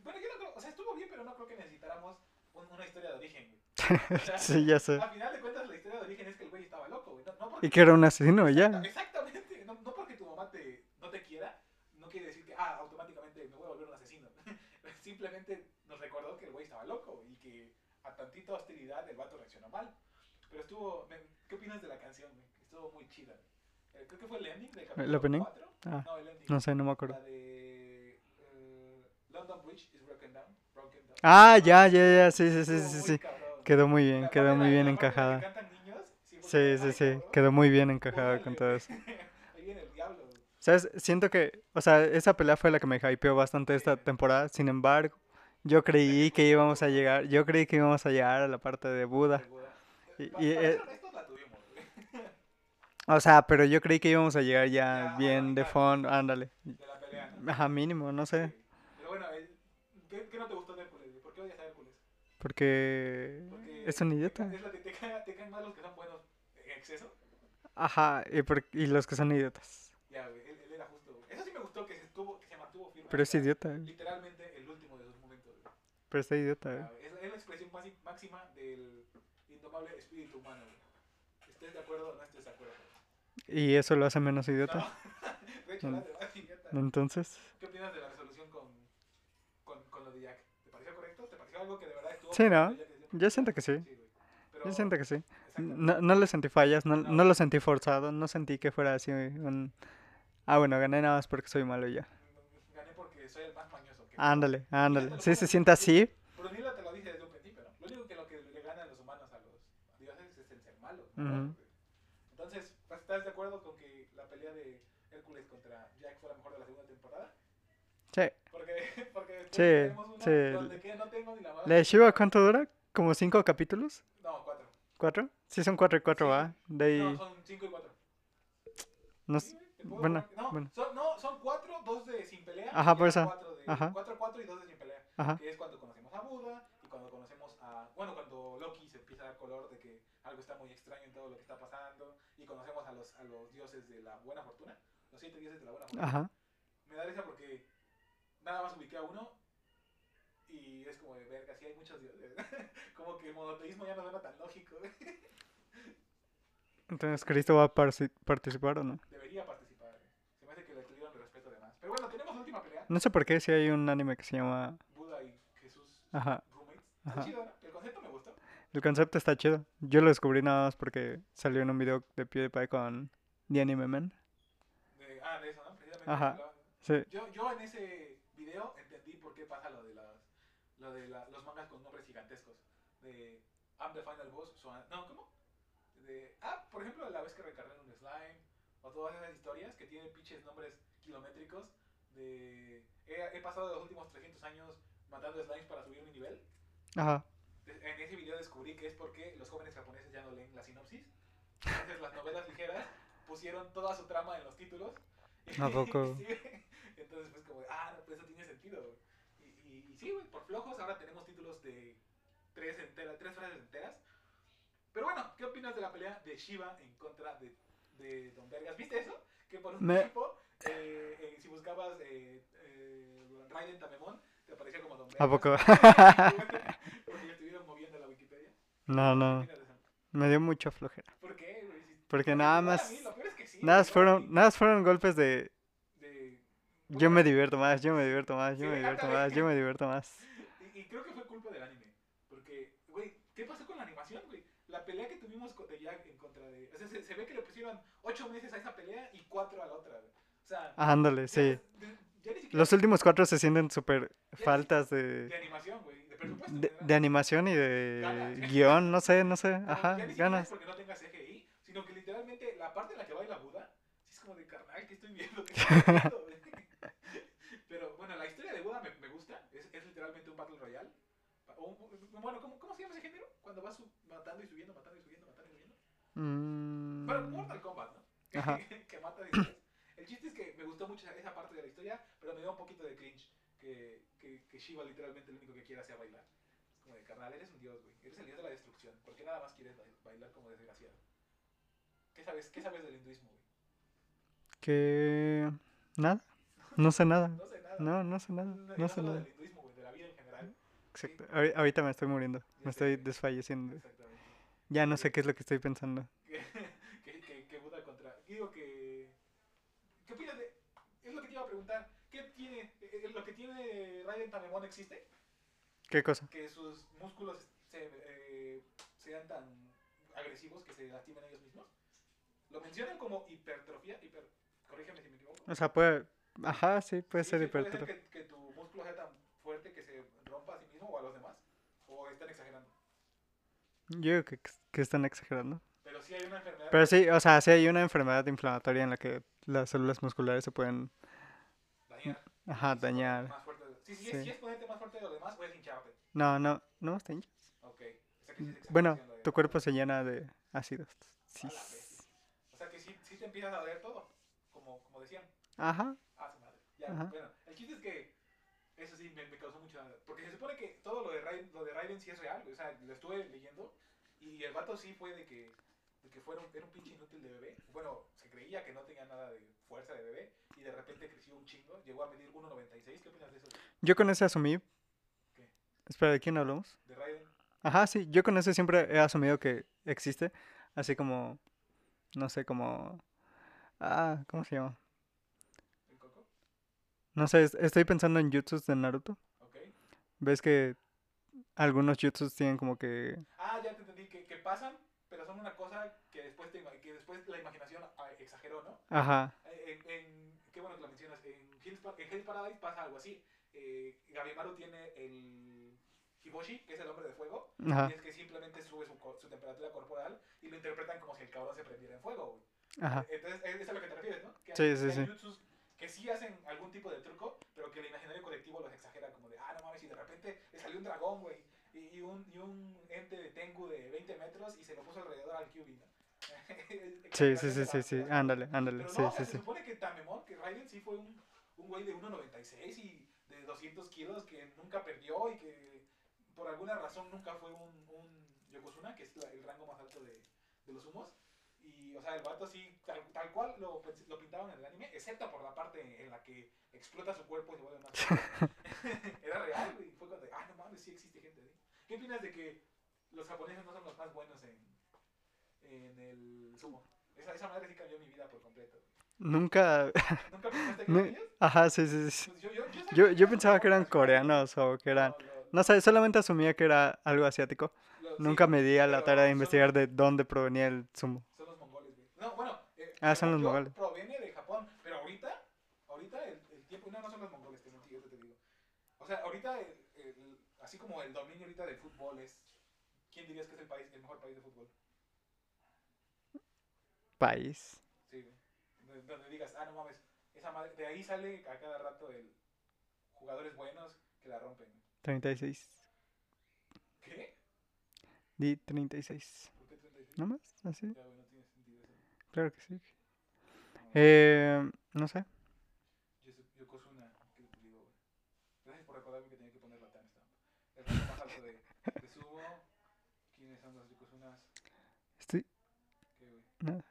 A: bueno, yo no creo, o sea, estuvo bien, pero no creo que necesitáramos un- una historia de origen, güey. O sea,
B: sí, ya sé.
A: Al final de cuentas, la historia de origen es que el güey estaba loco, güey. No, no porque,
B: Y que era un asesino, ya.
A: Exactamente, no, no porque tu mamá te, no te quiera, no quiere decir que, ah, automáticamente me voy a volver un asesino. Simplemente nos recordó que el güey estaba loco y que a tantita hostilidad el vato reaccionó mal. Pero estuvo, me- ¿qué opinas de la canción? güey? Estuvo muy chida. Eh, Creo que fue el ending del capítulo
B: opening?
A: 4.
B: Ah,
A: No, el ending.
B: no sé, no me acuerdo.
A: La de eh, London Bridge is broken down. Broken down.
B: Ah, ya, ya, ya, sí, sí, sí,
A: Estuvo
B: sí,
A: muy
B: sí.
A: cabrón.
B: Quedó muy bien,
A: La
B: quedó
A: parte
B: muy
A: de-
B: bien
A: la parte de
B: encajada.
A: que cantan niños, sí, fue
B: Sí,
A: como,
B: sí,
A: ay,
B: sí,
A: cabrón,
B: quedó muy bien encajada con
A: órale.
B: todo eso.
A: Ahí viene el diablo.
B: ¿Sabes? Siento que, o sea, esa pelea fue la que me hypeó bastante esta temporada. Sin embargo, yo creí que íbamos a llegar, yo creí que íbamos a llegar a la parte de Buda. Y-
A: Y,
B: Ah, y, eh,
A: la tuvimos. güey.
B: O sea, pero yo creí que íbamos a llegar ya
A: Ya,
B: bien de
A: avanzar.
B: fondo, ándale.
A: De la pelea. ¿no?
B: Ajá, mínimo, no sé.
A: Sí. Pero bueno, el- ¿qué, qué no te gustó de Hércules? güey? ¿Por qué odias a Hércules?
B: Porque
A: Porque
B: es un
A: te-
B: idiota.
A: Es la que te, ca- te caen mal los que son buenos en exceso.
B: Ajá, y, por- y los que son idiotas.
A: Ya, güey, él, él era justo. güey. Eso sí me gustó que se, estuvo, que se mantuvo firme.
B: Pero es
A: hasta
B: idiota, güey,
A: Literalmente el último de sus momentos. güey.
B: pero está idiota.
A: Ya,
B: güey.
A: güey, Es, es la expresión masi- máxima del indomable espíritu humano. güey. ¿Estés de acuerdo o no estés de acuerdo?
B: Y eso lo hace menos idiota.
A: No. De hecho,
B: Mm.
A: la de más idiota.
B: Entonces,
A: ¿Qué opinas de la resolución con, con, con lo de Jack? ¿Te pareció correcto? ¿Te pareció algo que de verdad estuvo?
B: Sí, ¿no?
A: correcto, Jack?
B: Yo siento que sí.
A: Sí, güey. Pero,
B: Yo siento que sí.
A: exactamente.
B: No, no lo sentí fallas, no,
A: No.
B: no lo sentí forzado, no sentí que fuera así un... Ah, bueno, gané nada más porque soy malo y ya.
A: Gané porque soy el más mañoso. que-
B: Ándale, ándale.
A: lo
B: Sí, se
A: pongo.
B: siente así.
A: Brunilda te lo dije desde un principio, ¿no? Lo único que lo que le ganan los humanos a los dioses es el ser malo.
B: Ujú.
A: Entonces, pues, ¿estás de acuerdo con que la pelea de Hércules contra Jack fue la mejor de la segunda temporada?
B: Sí.
A: Porque, porque después
B: Sí,
A: tenemos una
B: sí.
A: donde que no tengo ni la más
B: ¿La de Shiva cuánto dura? ¿Como cinco capítulos?
A: No, cuatro.
B: ¿Cuatro? Sí, son cuatro y cuatro,
A: Sí.
B: ¿va? De ahí...
A: No, son cinco y cuatro.
B: No,
A: Sí,
B: s-
A: güey, te puedo
B: bueno,
A: jurar que- no,
B: bueno.
A: Son, no, son cuatro, dos de sin pelea.
B: Ajá,
A: y
B: por
A: ya
B: eso.
A: Cuatro, de,
B: Ajá.
A: cuatro, cuatro y dos de sin pelea.
B: Ajá.
A: Que es cuando conocemos a Buda y cuando conocemos a. Bueno, cuando Loki se empieza a dar color de que algo está muy extraño en todo lo que está pasando. Y conocemos a los, a los dioses de la buena fortuna. Los siete dioses de la buena fortuna.
B: Ajá.
A: Me da risa porque nada más ubiqué a uno. Y es como de verga, si hay muchos dioses. como que el monoteísmo ya no suena tan lógico.
B: Entonces, ¿Cristo va a parci- participar o no?
A: Debería participar. Se me hace que le tuvieron el respeto de más. Pero bueno, tenemos la última pelea.
B: No sé por qué si hay un anime que se llama...
A: Buda y Jesús
B: Ajá.
A: roommates. Está
B: Ajá.
A: chido, ¿no? El concepto me gustó.
B: El concepto está chido. Yo lo descubrí nada más porque salió en un video de PewDiePie con The Anime Man.
A: De- ah, de eso, ¿no? Precisamente
B: Ajá.
A: hablaba-
B: Sí.
A: Yo, yo en ese video entendí por qué pasa lo de, las, lo de la- los mangas con nombres gigantescos. De I'm the final boss, so I- No, ¿cómo? De, ah, por ejemplo, la vez que recargan un slime. O todas esas historias que tienen pinches nombres kilométricos. De he, he pasado los últimos 300 años matando slimes para subir mi nivel.
B: Ajá.
A: En ese video descubrí que es porque los jóvenes japoneses ya no leen la sinopsis. Entonces las novelas ligeras pusieron toda su trama en los títulos.
B: ¿A poco?
A: Sí, güey. Entonces pues como, de, ah, no, pues eso tiene sentido. güey. Y, y- y sí, güey, por flojos ahora tenemos títulos de tres, entera- tres frases enteras. Pero bueno, ¿qué opinas de la pelea de Shiva en contra de, de Don Vergas? ¿Viste eso? Que por un
B: Me-
A: tiempo, eh, eh, si buscabas eh, eh, Raiden Tamemon, te aparecía como Don Vergas.
B: ¿A poco?
A: Porque ya estuvieron moviendo la Wikipedia.
B: No, no.
A: Mira, deja-
B: Me dio mucha flojera.
A: ¿Por qué, güey? Si-
B: Ah. Porque
A: no,
B: nada
A: igual a
B: más...
A: mí, lo peor es que sí,
B: Nada más
A: güey,
B: fueron,
A: y-
B: nada más fueron golpes de...
A: de-
B: Yo me divierto más, yo me divierto más, yo
A: Sí,
B: me divierto
A: ándale.
B: más, yo me divierto más.
A: Y, y creo que fue culpa del anime. Porque, güey, ¿qué pasó con la animación, güey? La pelea que tuvimos co- de Jack en contra de. O sea, se, se ve que le pusieron 8 meses a esa pelea y 4 a la otra, güey. O sea.
B: Ándale,
A: ya-
B: Ah, sí.
A: de- ya ni siquiera
B: Los últimos cuatro se sienten súper
A: sí.
B: faltas
A: De
B: de,
A: animación, güey. De presupuesto.
B: de,
A: general.
B: de animación y
A: Ganas.
B: de guión, no sé, no sé.
A: Como que
B: Ajá,
A: ya ni siquiera es
B: ganas.
A: porque no tenga CGI, sino que literalmente la parte en la que baila Buda, sí es como de carnal, que estoy viendo? ¿Qué estoy viendo?" Pero bueno, la historia de Buda me, me gusta, es, es literalmente un Battle Royale. O un- bueno, ¿cómo, ¿cómo se llama ese género? Cuando vas su- matando y subiendo, matando y subiendo, matando y subiendo.
B: Mm,
A: Bueno, como Mortal Kombat, ¿no? Que,
B: Ajá.
A: que matas y subes. El chiste es que me gustó mucho esa- esa parte de la historia, pero me dio un poquito de cringe que, que, que Shiva literalmente lo único que quiere sea bailar. Es como de carnal, eres un dios, güey. Eres el dios de la destrucción. ¿Por qué nada más quieres bail- bailar como desgraciado? ¿Qué sabes, qué sabes del hinduismo, güey?
B: que... Nada, no sé nada.
A: No sé nada.
B: No, no sé nada,
A: No, y
B: no
A: no
B: sé
A: solo
B: nada.
A: del hinduismo, güey, de la vida en general.
B: Exacto. ahori- Ahorita me estoy muriendo,
A: Ya
B: me estoy
A: sé.
B: desfalleciendo.
A: Exactamente.
B: Ya no sé qué es lo que estoy pensando.
A: Que, que, que, que Buda contra. Digo que. ¿Qué opinas de.? Es lo que te iba a preguntar. ¿Qué tiene. eh, eh, ¿Lo que tiene Raiden Tamemon existe?
B: ¿Qué cosa?
A: que sus músculos se, eh, sean tan agresivos que se lastimen ellos mismos. Lo mencionan como hipertrofia, hiper, corrígeme si me equivoco.
B: O sea, puede... Ajá, sí, Ah, puede
A: Sí,
B: ser
A: sí, puede
B: hipertrofia.
A: que, que tu músculo sea tan fuerte que se rompa a sí mismo o a los demás, o están exagerando.
B: Yo creo que, que están exagerando.
A: Pero sí hay una enfermedad.
B: Pero sí, o sea, sí hay una enfermedad inflamatoria en la que las células musculares se pueden,
A: dañar,
B: ajá,
A: si se pone
B: dañar.
A: Más fuerte. Sí, sí,
B: Sí.
A: Es, sí es ponerte más fuerte de los demás o es hincharte.
B: No, no, no está hincha.
A: Ok. O sea que sí es
B: Bueno,
A: exageración lo de-
B: tu cuerpo se llena de ácidos. Sí.
A: A la bestia. O sea que sí, sí te empiezas a doler todo, como, como decían.
B: Ajá,
A: Ah, su madre. Ya,
B: Ajá.
A: bueno, el chiste es que eso sí me, me causó mucha. Porque se supone que todo lo de Raiden, lo de Raiden sí es real, güey, O sea, lo estuve leyendo y el vato sí fue de que, de que fuera un, era un pinche inútil de bebé. Bueno, se creía que no tenía nada de fuerza de bebé y de repente creció un chingo. Llegó a medir 1.96. ¿Qué opinas de eso? güey?
B: yo con ese asumí.
A: ¿Qué?
B: Espera, ¿de quién hablamos?
A: De Raiden.
B: Ajá, sí, yo con ese siempre he asumido que existe. Así como, no sé, como... Ah, ¿cómo se llama?
A: ¿El coco?
B: No sé, es- estoy pensando en jutsus de Naruto.
A: Ok.
B: ¿Ves que algunos jutsus tienen como que...
A: Ah, ya te entendí, que, que pasan, pero son una cosa que después, te ima- que después la imaginación ah, exageró, ¿no?
B: Ajá,
A: Eh, En, en- qué bueno que lo mencionas, en Hills, Pa- en Hell's Paradise pasa algo así. Eh, Gabimaru tiene el Hiboshi, que es el hombre de fuego,
B: ajá,
A: y es que simplemente sube su, co- su temperatura corporal y lo interpretan como si el cabrón se prendiera en fuego, güey. Eh,
B: ajá.
A: Entonces, es es a lo que te refieres, ¿no? Que
B: Sí,
A: hay-
B: sí,
A: hay
B: sí.
A: jutsus que sí hacen algún tipo de truco, pero que el imaginario colectivo los exagera, como de, ah, no mames, y de repente le salió un dragón, güey, y, y un, y un ente de Tengu de 20 metros y se lo puso alrededor al Kyubi, ¿no?
B: Sí, sí, sí, Ah, sí, sí,
A: Exageración
B: ándale, ándale,
A: pero
B: sí,
A: no, o sea,
B: sí,
A: se
B: sí.
A: supone que Tamemon, que Raiden sí fue un, un güey de 1.96 y de 200 kilos que nunca perdió y que por alguna razón nunca fue un, un Yokozuna, que es la- el rango más alto de, de los humos. Y, o sea, el vato sí, tal, tal cual lo, pens- lo pintaban en el anime, excepto por la parte en la que explota su cuerpo y se vuelve más. grande. Era real, güey. Fue cuando, ah, no mames, sí existe gente así. ¿Qué opinas de que los japoneses no son los más buenos en, en el sumo? Esa, esa madre sí cambió mi vida por completo.
B: Nunca...
A: ¿Nunca pensaste que
B: No,
A: eran ellos?
B: Ajá, sí, sí, sí.
A: Pues yo, yo, yo, sabía
B: Yo,
A: que
B: yo pensaba que eran
A: japoneses,
B: coreanos o que
A: pero
B: eran...
A: lo-
B: No sé, solamente asumía que era algo asiático.
A: lo- sí,
B: Nunca me di a la
A: pero
B: tarea de
A: son-
B: investigar de dónde provenía el zumo.
A: Son los mongoles, güey. No, bueno. eh,
B: Ah, son
A: según
B: los
A: yo,
B: mongoles.
A: Proviene de Japón, pero ahorita, ahorita el, el tiempo. No, no son los mongoles, te mentí, yo te digo. O sea, ahorita, el- el- así como el dominio ahorita del fútbol es. ¿Quién dirías que es el, país, el mejor país de fútbol?
B: País.
A: Sí, güey. Donde- Donde digas, ah, no mames, esa madre. De ahí sale a cada rato el. Jugadores buenos que la rompen.
B: 36.
A: ¿Qué?
B: Di 36.
A: ¿Por qué 36?
B: ¿No más? Así.
A: Ya, güey, no tiene sentido eso.
B: Claro que sí.
A: No.
B: Eh, no sé.
A: Yosu- Yokozuna, que te digo, güey. Gracias por recordarme que tenía que poner la timestamp. El rango más alto de, de sumo. ¿Quiénes son los Yokozunas?
B: Estoy...
A: ¿Qué, güey?
B: Nada.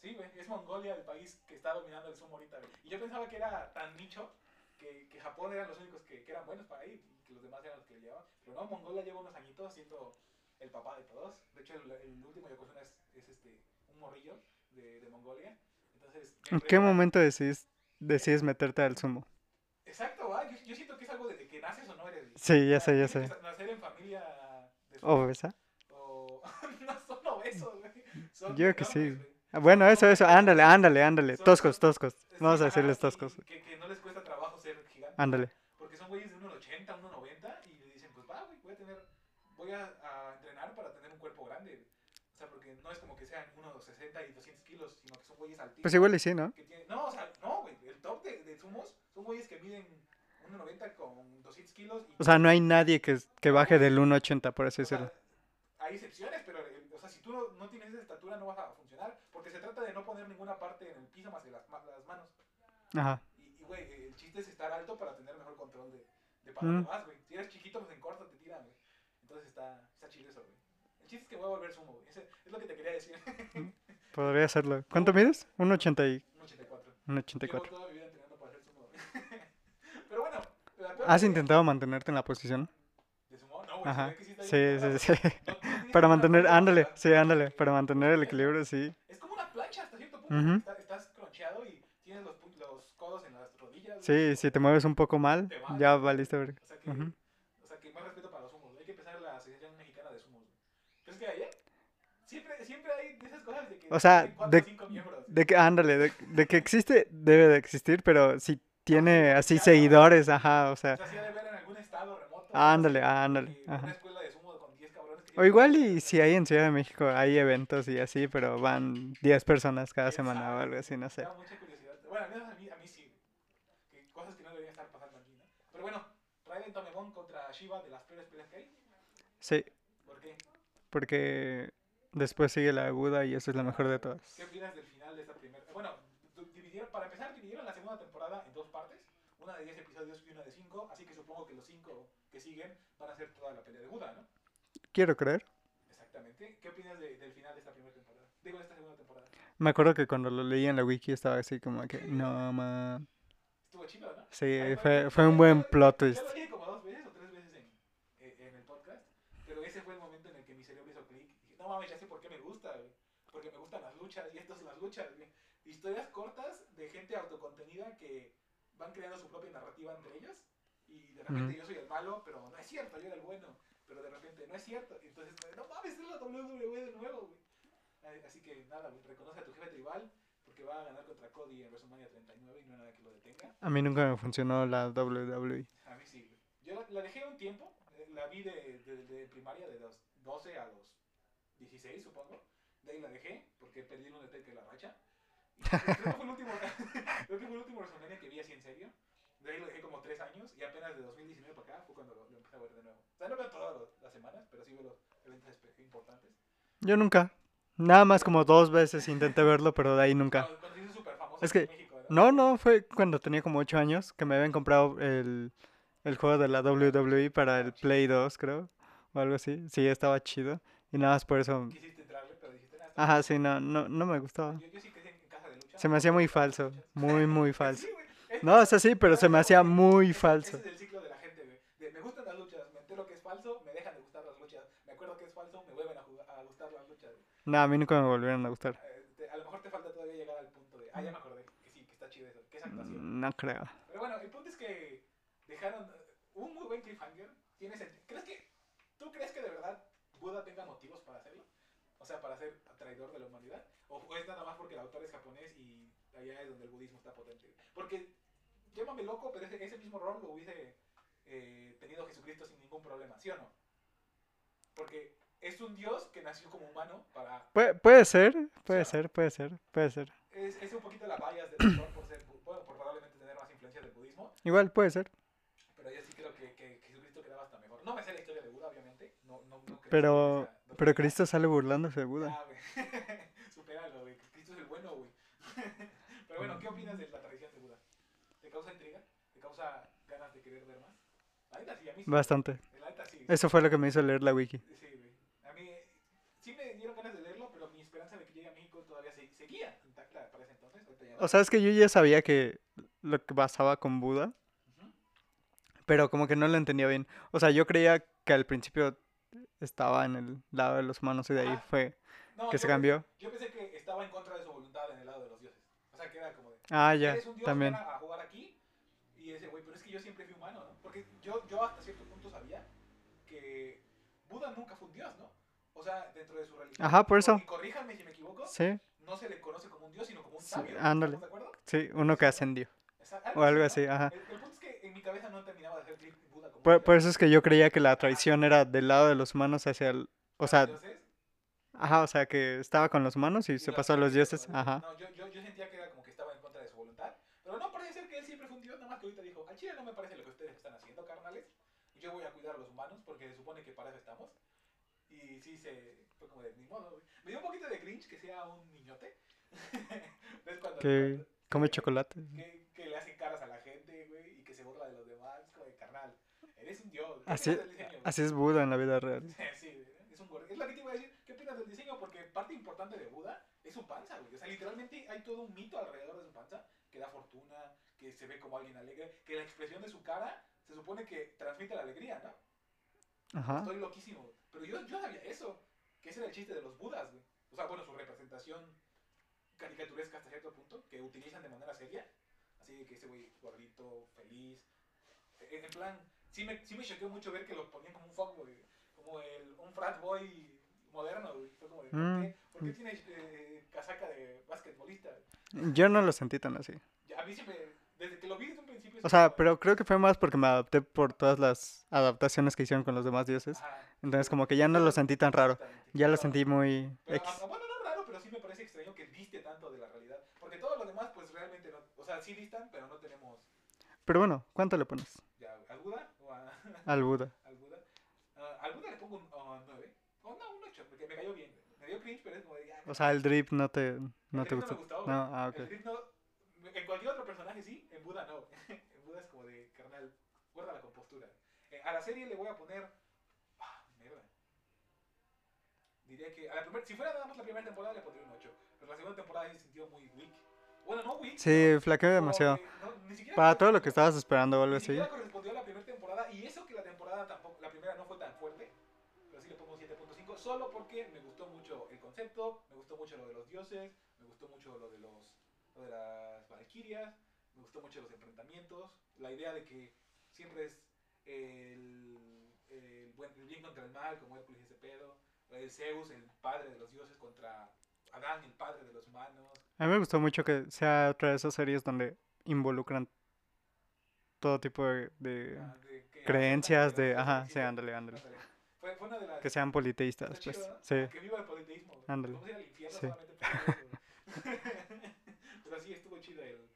A: Sí, güey, es Mongolia el país que está dominando el sumo ahorita, güey. Y yo pensaba que era tan nicho que, que Japón eran los únicos que, que eran buenos para ir y que los demás eran los que le llevaban. Pero no, Mongolia lleva unos añitos siendo el papá de todos. De hecho, el, el último Yokozuna es, es este, un morrillo de, de Mongolia. Entonces, yo creo
B: ¿En qué
A: que-
B: momento decides, decides meterte al zumo?
A: Exacto, va. Yo, yo siento que es algo desde que naces o no eres. güey.
B: Sí, ya
A: O sea,
B: sé,
A: tienes
B: Oh, ya sé.
A: que sa- Nacer en familia de
B: Obesa.
A: o- no son obesos, güey. Son
B: Yo que
A: enormes,
B: sí.
A: güey.
B: Ah, Bueno, eso, eso. Ándale, ándale, ándale.
A: Son-
B: Toscos, toscos.
A: Sí,
B: Vamos a
A: ajá,
B: decirles Ah,
A: y-
B: toscos.
A: y Que, que no les cuesta trabajo ser gigantes.
B: Ándale.
A: Porque son güeyes de 1,80, 1,90 y le dicen, pues va, güey, voy a tener, voy a, a entrenar para tener un cuerpo grande. güey. O sea, porque no es como que sean 1,60 y 200 kilos, sino que son güeyes altísimos.
B: Pues igual y sí, ¿no?
A: que tiene- No, o sea, no, güey. El top de, de sumos son güeyes que miden 1,90 con 200 kilos. Y
B: O sea, no hay nadie que, que baje del 1.80, por así
A: o sea,
B: decirlo.
A: hay excepciones, pero eh, o sea, si tú no, no tienes esa estatura no vas a funcionar. Porque se trata de no poner ninguna parte en el piso más que las, ma- las manos.
B: Ajá.
A: Y, y, güey, eh, el chiste es estar alto para tener mejor control de, de para dónde
B: Mm.
A: vas, güey. Si eres chiquito, pues en corto te tiran, güey. Entonces está, está chido eso, güey. El chiste es que voy a volver sumo, güey. Ese- Es lo que te quería decir.
B: Podría hacerlo. ¿Cuánto mides? 1.80 y
A: Un 84. Llevo
B: 1.84.
A: toda mi vida entrenando para ser sumo, güey. Pero bueno, la peor
B: ¿Has
A: pelea-
B: intentado mantenerte en la posición?
A: ¿De sumo? No, güey. se
B: Ah, Ajá.
A: ve que sí está bien
B: Sí, sí,
A: parado.
B: sí.
A: No tiene
B: Para
A: ninguna
B: mantener,
A: fuerza,
B: ándale,
A: o sea,
B: sí, ándale. Para
A: eh,
B: mantener el
A: es-
B: equilibrio, sí.
A: Es como una plancha hasta cierto punto.
B: Ujú.
A: está- estás croncheado y tienes los, pun- los codos en las rodillas.
B: Sí,
A: güey,
B: si te mueves un poco mal,
A: te vas,
B: ya
A: güey.
B: valiste verga.
A: O sea que,
B: Ujú.
A: o sea que más respeto para los humos. Hay que empezar la Asociación Mexicana de Sumos. güey. ¿Crees que hay, eh? Siempre, siempre hay de esas cosas de que
B: O sea,
A: hay cuatro
B: de-
A: o cinco miembros.
B: De que, ándale, de, de que existe, debe de existir, pero si tiene así
A: ya, ya, ya.
B: seguidores, ajá, o
A: O
B: sea,
A: sea, sí ha de ver en algún estado remoto.
B: Ah, ándale,
A: ándale.
B: ándale,
A: Una
B: ajá.
A: escuela de sumo con 10 cabrones. que
B: O
A: tienen-
B: igual y si hay en Ciudad de México, hay eventos y así, pero van 10 personas cada
A: ¿Quién
B: semana o
A: sabe?
B: algo así, no
A: Me
B: sé.
A: da mucha curiosidad. Bueno, al menos a mí, a mí sí. Que cosas que no deberían estar pasando aquí, ¿no? Pero bueno, Raiden Tomemon contra Shiva de las peores peleas que hay.
B: Sí,
A: ¿Por qué?
B: porque después sigue la aguda y eso es la mejor de todas.
A: ¿Qué opinas del final de esta primera? Bueno, du- dividieron, para empezar, dividieron la segunda temporada en dos partes, una de 10 episodios y una de 5, así que supongo que los 5 que siguen van a ser toda la pelea de Buda, ¿no?
B: Quiero creer.
A: Exactamente. ¿Qué opinas de- del final de esta primera temporada? Digo, de esta segunda temporada.
B: Me acuerdo que cuando lo leí en la wiki estaba así como que, no, ma.
A: Estuvo chido, ¿no?
B: Sí,
A: Ahí
B: fue,
A: ya-
B: fue un
A: ya-
B: buen
A: ya-
B: plot
A: Ya
B: twist.
A: lo dije como dos veces o tres veces en, eh, en el podcast, pero ese fue el momento en el que mi cerebro hizo clic. Dije, no mames, ya sé por qué me gusta, güey. Porque me gustan las luchas y estas son las luchas, güey. Historias cortas de gente autocontenida que van creando su propia narrativa entre ellos Y de repente yo soy el malo, pero no es cierto, yo era el bueno. Pero de repente no es cierto. Entonces, no mames, es la WWE de nuevo, güey. Ay, Así que nada, güey, reconoce a tu jefe tribal porque va a ganar contra Cody en WrestleMania 39 y no hay nada que lo detenga.
B: A mí nunca me funcionó la E. WWE.
A: A mí sí, güey. Yo la, la dejé un tiempo, eh, la vi de, de- de primaria de los 12 a los 16, supongo. De ahí la dejé porque perdí un DT que la racha. Y creo que fue el último, creo que fue el último WrestleMania que vi así en serio. De ahí lo dejé como 3 años y apenas de 2019 para acá fue cuando lo, lo empecé a ver de nuevo. O sea, no veo todas las- las semanas, pero sí veo los eventos espe- importantes.
B: Yo nunca. Nada más como dos veces intenté verlo, pero de ahí nunca.
A: Cuando, cuando se hizo súper famoso
B: Es
A: aquí en
B: que-
A: México,
B: No, no, fue cuando tenía como ocho años que me habían comprado el, el juego de la WWE para el Play 2, creo, o algo así. Sí, estaba chido. Y nada más por eso.
A: Quisiste entrarle, pero dijiste nada.
B: Ajá, sí, no, no, no me gustaba.
A: Yo, yo sí crecí en casa de lucha.
B: Se me hacía muy falso, muy, muy
A: Pues
B: falso.
A: sí, güey, es-
B: No, o sea, sí, pero
A: Pero
B: se me
A: es
B: hacía
A: como que
B: muy
A: ese-
B: falso.
A: Ese es el ciclo de la gente, güey. De, me gustan las luchas, me entero que es falso, me dejan de gustar las luchas. Me acuerdo que es falso, me vuelven a, jugar- a gustar las luchas. güey.
B: Nada, a mí nunca me volvieron a gustar.
A: Eh, te- a lo mejor te falta todavía llegar al punto de, ah, ya me acordé, que sí, que está chido eso, que es actuación.
B: No creo.
A: Pero bueno, el punto es que dejaron eh, un muy buen cliffhanger. Tiene sentido. ¿Crees que, ¿Tú crees que de verdad Buda tenga motivos para hacerlo? O sea, para ser traidor de la humanidad. ¿O es nada más porque el autor es japonés y allá es donde el budismo está potente? Porque, llámame loco, pero ese, ese mismo rol lo hubiese eh, tenido Jesucristo sin ningún problema, ¿sí o no? Porque es un dios que nació como humano para...
B: Pue- puede ser,
A: no.
B: puede ser, puede ser, puede ser.
A: Es, es un poquito la bias del autor por, ser, bu- bueno, por probablemente tener más influencia del budismo.
B: Igual puede ser.
A: Pero yo sí creo que, que Jesucristo quedaba hasta mejor. No me sé la historia de Buda, obviamente. No, no, no crecí en
B: Pero,
A: esa doctrina.
B: pero Cristo sale burlándose de Buda.
A: Ah, güey. Supéralo, güey. Cristo es el bueno, güey. Pero bueno, ¿qué opinas de la tradición de Buda? ¿Te causa intriga? ¿Te causa ganas de querer ver más? La neta sí, a mí sí.
B: Bastante.
A: güey. La neta sí. güey.
B: Eso fue lo que me hizo leer la wiki.
A: Sí, güey. A mí eh, sí me dieron ganas de leerlo, pero mi esperanza de que llegue a México todavía se- seguía intacta para ese entonces. Ahorita ya no.
B: O sea, es que yo ya sabía que lo que pasaba con Buda,
A: Ujú.
B: pero como que no lo entendía bien. O sea, yo creía que al principio estaba en el lado de los humanos y de ahí
A: Ajá.
B: fue
A: No,
B: que
A: yo
B: se
A: pensé-
B: cambió.
A: Yo pensé que estaba en contra de su voluntad en el lado de los dioses. O sea, que era como de...
B: Ah, ya,
A: eres un dios
B: también.
A: ven a a jugar aquí. Y ese güey, pero es que yo siempre fui humano, ¿no? Porque yo, yo hasta cierto punto sabía que Buda nunca fue un dios, ¿no? O sea, dentro de su religión.
B: Ajá, por eso.
A: Y corríjanme si me equivoco,
B: Sí,
A: no se le conoce como un dios, sino como un
B: Sí,
A: sabio.
B: ándale.
A: ¿Estamos de acuerdo?
B: sí, uno que ascendió.
A: Exacto,
B: O algo
A: ¿no?
B: así, ajá.
A: El, el punto es que en mi cabeza no terminaba de hacer clic Buda como un
B: Por,
A: dios.
B: por eso es que yo creía que la traición era del lado de los humanos hacia el... O
A: Para
B: sea,
A: los dioses,
B: ajá, o sea, que estaba con los humanos y se
A: la
B: pasó a los
A: religión,
B: dioses.
A: ¿no?
B: Ajá.
A: No, yo, yo, yo sentía que era como que estaba en contra de su voluntad. Pero no parece ser que él siempre fue un dios, nada más que ahorita dijo, al chile no me parece lo que ustedes están haciendo, carnales. Yo voy a cuidar a los humanos porque se supone que para eso estamos. Y sí, se fue como de ni modo, güey. Me dio un poquito de cringe que sea un niñote. ¿Ves cuando,
B: Que come
A: cuando-
B: chocolate.
A: que, que le hacen caras a la gente, güey, y que se burla de los demás, como de carnal. Eres un dios. ¿Qué
B: Así,
A: opinas del diseño, güey?
B: así es Buda en la vida real.
A: Sí, güey, es un gordo. Es la que te iba a decir, ¿qué opinas del diseño? Porque parte importante de Buda es su panza, güey. O sea, literalmente hay todo un mito alrededor de su panza, que da fortuna, que se ve como alguien alegre, que la expresión de su cara se supone que transmite la alegría, ¿no?
B: Ajá.
A: Estoy loquísimo, güey. Pero yo, yo sabía eso, que ese era el chiste de los Budas, güey. O sea, bueno, su representación caricaturesca hasta cierto punto, que utilizan de manera seria. Así de que ese güey gordito, feliz. e, En en plan, sí me, sí me choqueó mucho ver que lo ponían como un fuckboy, güey. como el, un frat boy moderno, güey. Fue como de, ¿por,
B: Mm.
A: qué, ¿por qué tiene eh, casaca de basquetbolista?
B: Yo no lo sentí tan así.
A: Ya, A mí siempre, desde que lo vi desde un principio...
B: O sea,
A: siempre-
B: pero creo que fue más porque me adapté por todas las adaptaciones que hicieron con los demás dioses.
A: Ajá.
B: Entonces como que ya no lo sentí tan raro. Ya lo sentí muy
A: Pero,
B: X.
A: ah, bueno, no raro, pero sí me parece extraño que diste tanto de la realidad. Porque todo lo demás, pues realmente no. O sea, sí distan, pero no tenemos
B: Pero bueno, ¿cuánto le pones
A: ya al Buda o a,
B: al Buda?
A: al Buda. Ah, al Buda le pongo un 9. O no, un 8, porque me cayó bien. Me dio cringe, pero es como de ya.
B: O sea, el drip no te, no te
A: El drip
B: gustó.
A: me gustó,
B: No,
A: güey.
B: ah,
A: El
B: ok.
A: drip no- en cualquier otro personaje sí, en Buda no. en Buda es como de carnal, guarda la compostura. Eh, a la serie le voy a poner. Ah, mierda. Diría que. A la primer- si fuera nada más la primera temporada le pondría un 8. Pero la segunda temporada se sintió muy weak. Bueno, no weak.
B: Sí,
A: pero
B: flaqueó
A: como
B: demasiado.
A: que no- ni siquiera
B: Para todo lo
A: correspondió-
B: que estabas esperando o algo
A: Ni
B: así.
A: siquiera correspondió a la primera temporada. Y eso que la temporada tampoco. La primera no fue tan fuerte. Pero sí le pongo un 7.5. Solo porque me gustó mucho el concepto. Me gustó mucho lo de los dioses. Me gustó mucho lo de los. Lo de las valquirias. Me gustó mucho los enfrentamientos. La idea de que siempre es el, el buen- el bien contra el mal, como Hércules y ese pedo. El Zeus, el padre de los dioses, contra Adán, el padre de los humanos.
B: A mí me gustó mucho que sea otra de esas series donde involucran todo tipo de, de
A: ah, de que-
B: creencias,
A: ándale,
B: de...
A: ándale,
B: Ajá,
A: sí,
B: sí, ándale, ándale.
A: ándale. Fue, fue una de las...
B: Que sean politeístas,
A: está
B: pues.
A: chido, ¿no?
B: Sí.
A: Que viva el politeísmo. güey.
B: Ándale.
A: Vamos a ir al infierno
B: Sí.
A: solamente por eso, güey. Pero sí, estuvo chido el,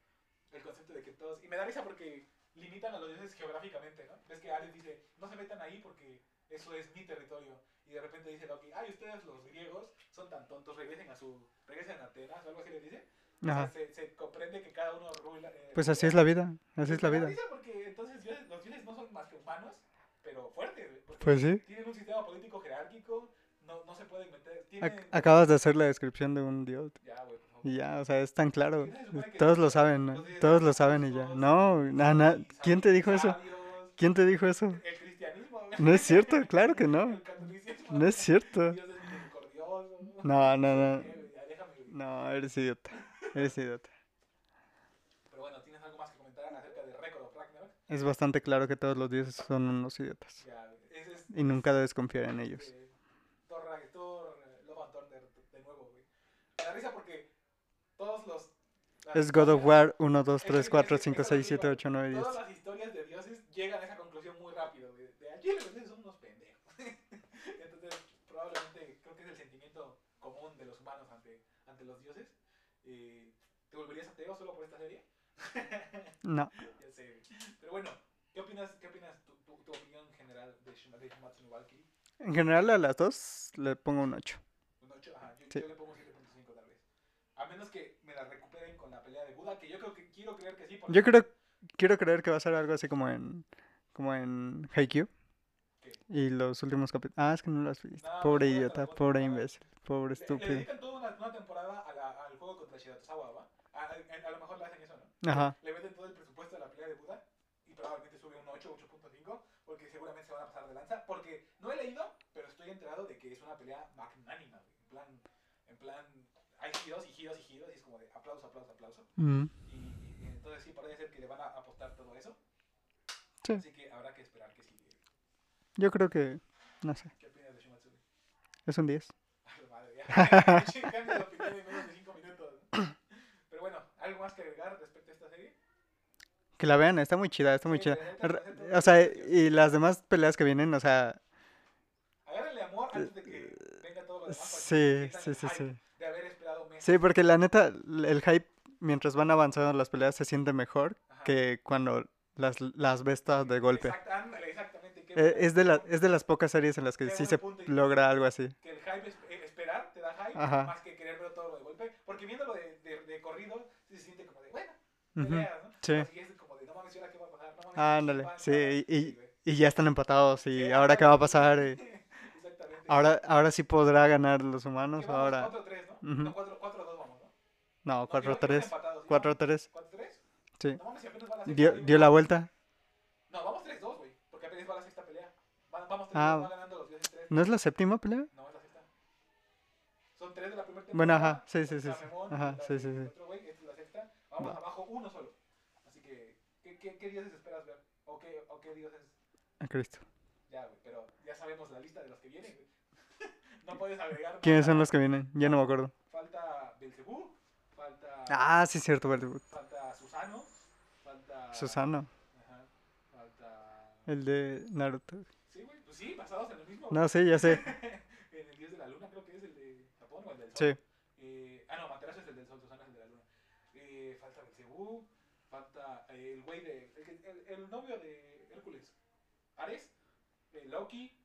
A: el concepto de que todos... Y me da risa porque limitan a los dioses geográficamente, ¿no? Ves que Ares dice, no se metan ahí porque eso es mi territorio. Y de repente dice Loki, ay, ustedes los griegos son tan tontos, regresen a su... Regresen a Atenas o algo así le dice. O sea,
B: Ajá.
A: se, se comprende que cada uno rula... eh,
B: Pues así
A: rula.
B: es la vida, así
A: Y
B: es la
A: me da
B: vida.
A: risa porque entonces dioses- los dioses no son más que humanos, pero fuertes. güey, porque
B: Pues sí.
A: tienen un sistema político jerárquico, no, no se pueden meter.
B: ac-
A: Tienen.
B: Acabas de hacer la descripción de un dios.
A: Ya, güey, por favor.
B: Y ya, o sea, es tan claro.
A: Sí, se supone que
B: Todos
A: los-
B: lo saben, ¿no?
A: los dioses
B: Todos
A: son
B: lo saben y ya.
A: justos,
B: No, na- na-
A: Y
B: ¿quién te dijo eso?
A: sabios,
B: ¿Quién te dijo eso?
A: El cristianismo. güey.
B: No es cierto, claro que no.
A: El catolicismo.
B: No es cierto.
A: Dios es misericordioso.
B: No, no, no.
A: Eh, güey, ya, déjame, güey.
B: No, eres idiota. Eres idiota.
A: Pero bueno, ¿tienes algo más que comentar acerca de Record of Ragnarok?
B: Es bastante claro que todos los dioses son unos idiotas.
A: Ya, güey, ese es.
B: Y nunca debes confiar en ellos.
A: Eh, Thor, Rag- Thor, eh, Love and Thunder de nuevo, güey. Me da risa porque todos los. las
B: Es God of
A: historias-
B: War 1, 2,
A: que
B: 3,
A: te
B: 4,
A: digo,
B: 5,
A: es lo que
B: 6, 7,
A: digo,
B: 8, 9, 10.
A: Todas las historias de dioses llegan a esa conclusión muy rápido, güey. De allí los dioses son unos pendejos. Entonces, probablemente creo que es el sentimiento común de los humanos ante, ante los dioses. Eh, ¿Te volverías ateo solo por esta serie?
B: No.
A: ya sé. Pero bueno, ¿qué opinas, qué opinas tu, tu, tu opinión general de Shuma- de Shumatsu no Valkyrie?
B: En general a las dos le pongo un 8.
A: Un Pues ocho, ajá, yo,
B: Sí.
A: yo le pongo 7.5 tal vez. A menos que me la recuperen con la pelea de Buda, que yo creo que quiero creer que sí. porque-
B: Yo creo, quiero creer que va a ser algo así como en, como en Haikyuu.
A: ¿Qué?
B: Y los últimos capítulos. Ah, es que no lo has visto.
A: No, no, no, hasta
B: Pobre
A: la
B: idiota,
A: segunda
B: pobre
A: temporada.
B: imbécil, pobre
A: Le- Le
B: estúpido.
A: dedican toda una, una temporada a la- al juego contra Shiratosawa, ¿va? A, a- a lo mejor le hacen eso, ¿no?
B: Ajá.
A: Le meten todo el presupuesto a la pelea de Buda y probablemente sube un 8, 8.5, porque seguramente se van a pasar de lanza. Porque no he leído, pero estoy enterado de que es una pelea magnánima, güey. En plan, en plan, hay giros y giros y giros, y es como de aplauso, aplauso, aplauso.
B: Mm.
A: Y, y entonces sí parece ser que le van a apostar todo eso.
B: Sí.
A: Así que habrá que esperar que sí.
B: Yo creo que, no sé,
A: ¿Qué opinas de Shumatsu?
B: es un 10.
A: A la madre, ya. Pinche cambio de opinión en menos de cinco minutos. Pero bueno, ¿algo más que agregar respecto a esta serie?
B: Que la vean, está muy chida, está muy
A: Sí,
B: chida.
A: la neta,
B: Re-
A: la neta,
B: O sea,
A: la neta,
B: y las demás peleas que vienen, o sea,
A: Agárrenle amor antes de que venga todo lo demás. para que
B: sí,
A: sientan
B: sí,
A: el
B: sí,
A: hype
B: sí.
A: De haber esperado meses.
B: Sí, porque la neta, l- el hype, mientras van avanzando las peleas, se siente mejor
A: Ajá.
B: que cuando las, las ves todas de golpe.
A: Exact- ándale, exactamente. qué
B: Eh,
A: bueno,
B: Es de, la,
A: qué bueno
B: es de las pocas series en las que
A: Qué
B: sí
A: buen
B: se
A: punto, y-
B: logra algo así.
A: Que el hype, es- eh, esperar, te da hype,
B: Ajá.
A: más que querer ver todo lo de golpe. Porque viéndolo de, de, de corrido, sí se siente como de, bueno,
B: Ujú.
A: peleas, ¿no?
B: sí.
A: Así es como de, no mames, ¿y ahora qué va a pasar? No mames, ¿y quién
B: Ándale,
A: va a
B: sí,
A: entrar?
B: y- y-
A: güey.
B: Y ya están empatados y
A: Sí,
B: ahora qué va a pasar.
A: ándale.
B: y
A: Exactamente.
B: ahora, ahora sí podrá ganar los
A: ¿Qué
B: humanos.
A: vamos?
B: Ahora...
A: 4-3, ¿no?
B: Ujú.
A: No, 4 4-2 vamos, ¿no?
B: No,
A: No, que igual que
B: 4-3.
A: están empatados, ¿sí?
B: 4-3.
A: 4-3.
B: Sí.
A: No, mames, si apenas va la
B: Dio,
A: sexta
B: dio la vuelta.
A: No, vamos 3-2, güey. Porque apenas va la sexta pelea. Va- vamos 3-2,
B: Ah.
A: va ganando los dioses 3.
B: ¿No es la séptima pelea?
A: No, es la sexta. Son 3 de la primera temporada.
B: Bueno, ajá, sí, sí,
A: la
B: sí, sí.
A: Ramón,
B: Ajá,
A: la
B: sí,
A: de
B: sí, sí.
A: Otro güey, esta es la sexta. Vamos
B: Va.
A: abajo uno solo. Así que, ¿qué, qué, qué dioses esperas ver? ¿O qué, o qué dioses?
B: A Ah, Cristo.
A: Ya, güey, pero ya sabemos la lista de los que vienen, güey. no puedes agregar.
B: ¿Quiénes son
A: nada.
B: los que vienen? Ya no me acuerdo.
A: Falta Belcebú, falta.
B: Ah, sí, es cierto, Belzebub.
A: Falta Susano. Falta.
B: Susano,
A: Ajá. Falta.
B: el de Naruto.
A: Sí, güey. Pues sí, basados en lo mismo.
B: No, sí, ya sé.
A: En el dios de la luna, creo que es el de Japón o el del
B: Sí.
A: sol. Eh, ah, no, Materazo es el del sol, Susano es el de la luna. Eh, falta Belcebú. Falta eh, el güey de. El, que- el- el novio de Hércules. Ares. eh, Loki.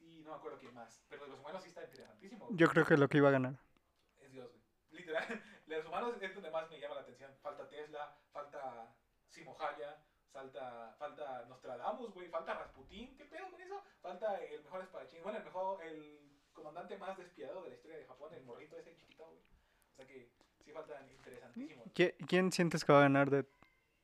A: Y no me acuerdo quién más. Pero de los humanos sí está interesantísimo. güey.
B: Yo creo que lo que iba a ganar.
A: Es Dios, güey. Literal, los humanos es donde más me llama la atención. Falta Tesla, falta Simohaya, falta, falta Nostradamus, güey, falta Rasputín, ¿qué pedo con eso? Falta el mejor espadachín, bueno, el mejor, el comandante más despiadado de la historia de Japón, el morrito ese chiquito, güey. O sea que sí faltan interesantísimos.
B: ¿Qui- ¿Quién sientes que va a ganar de,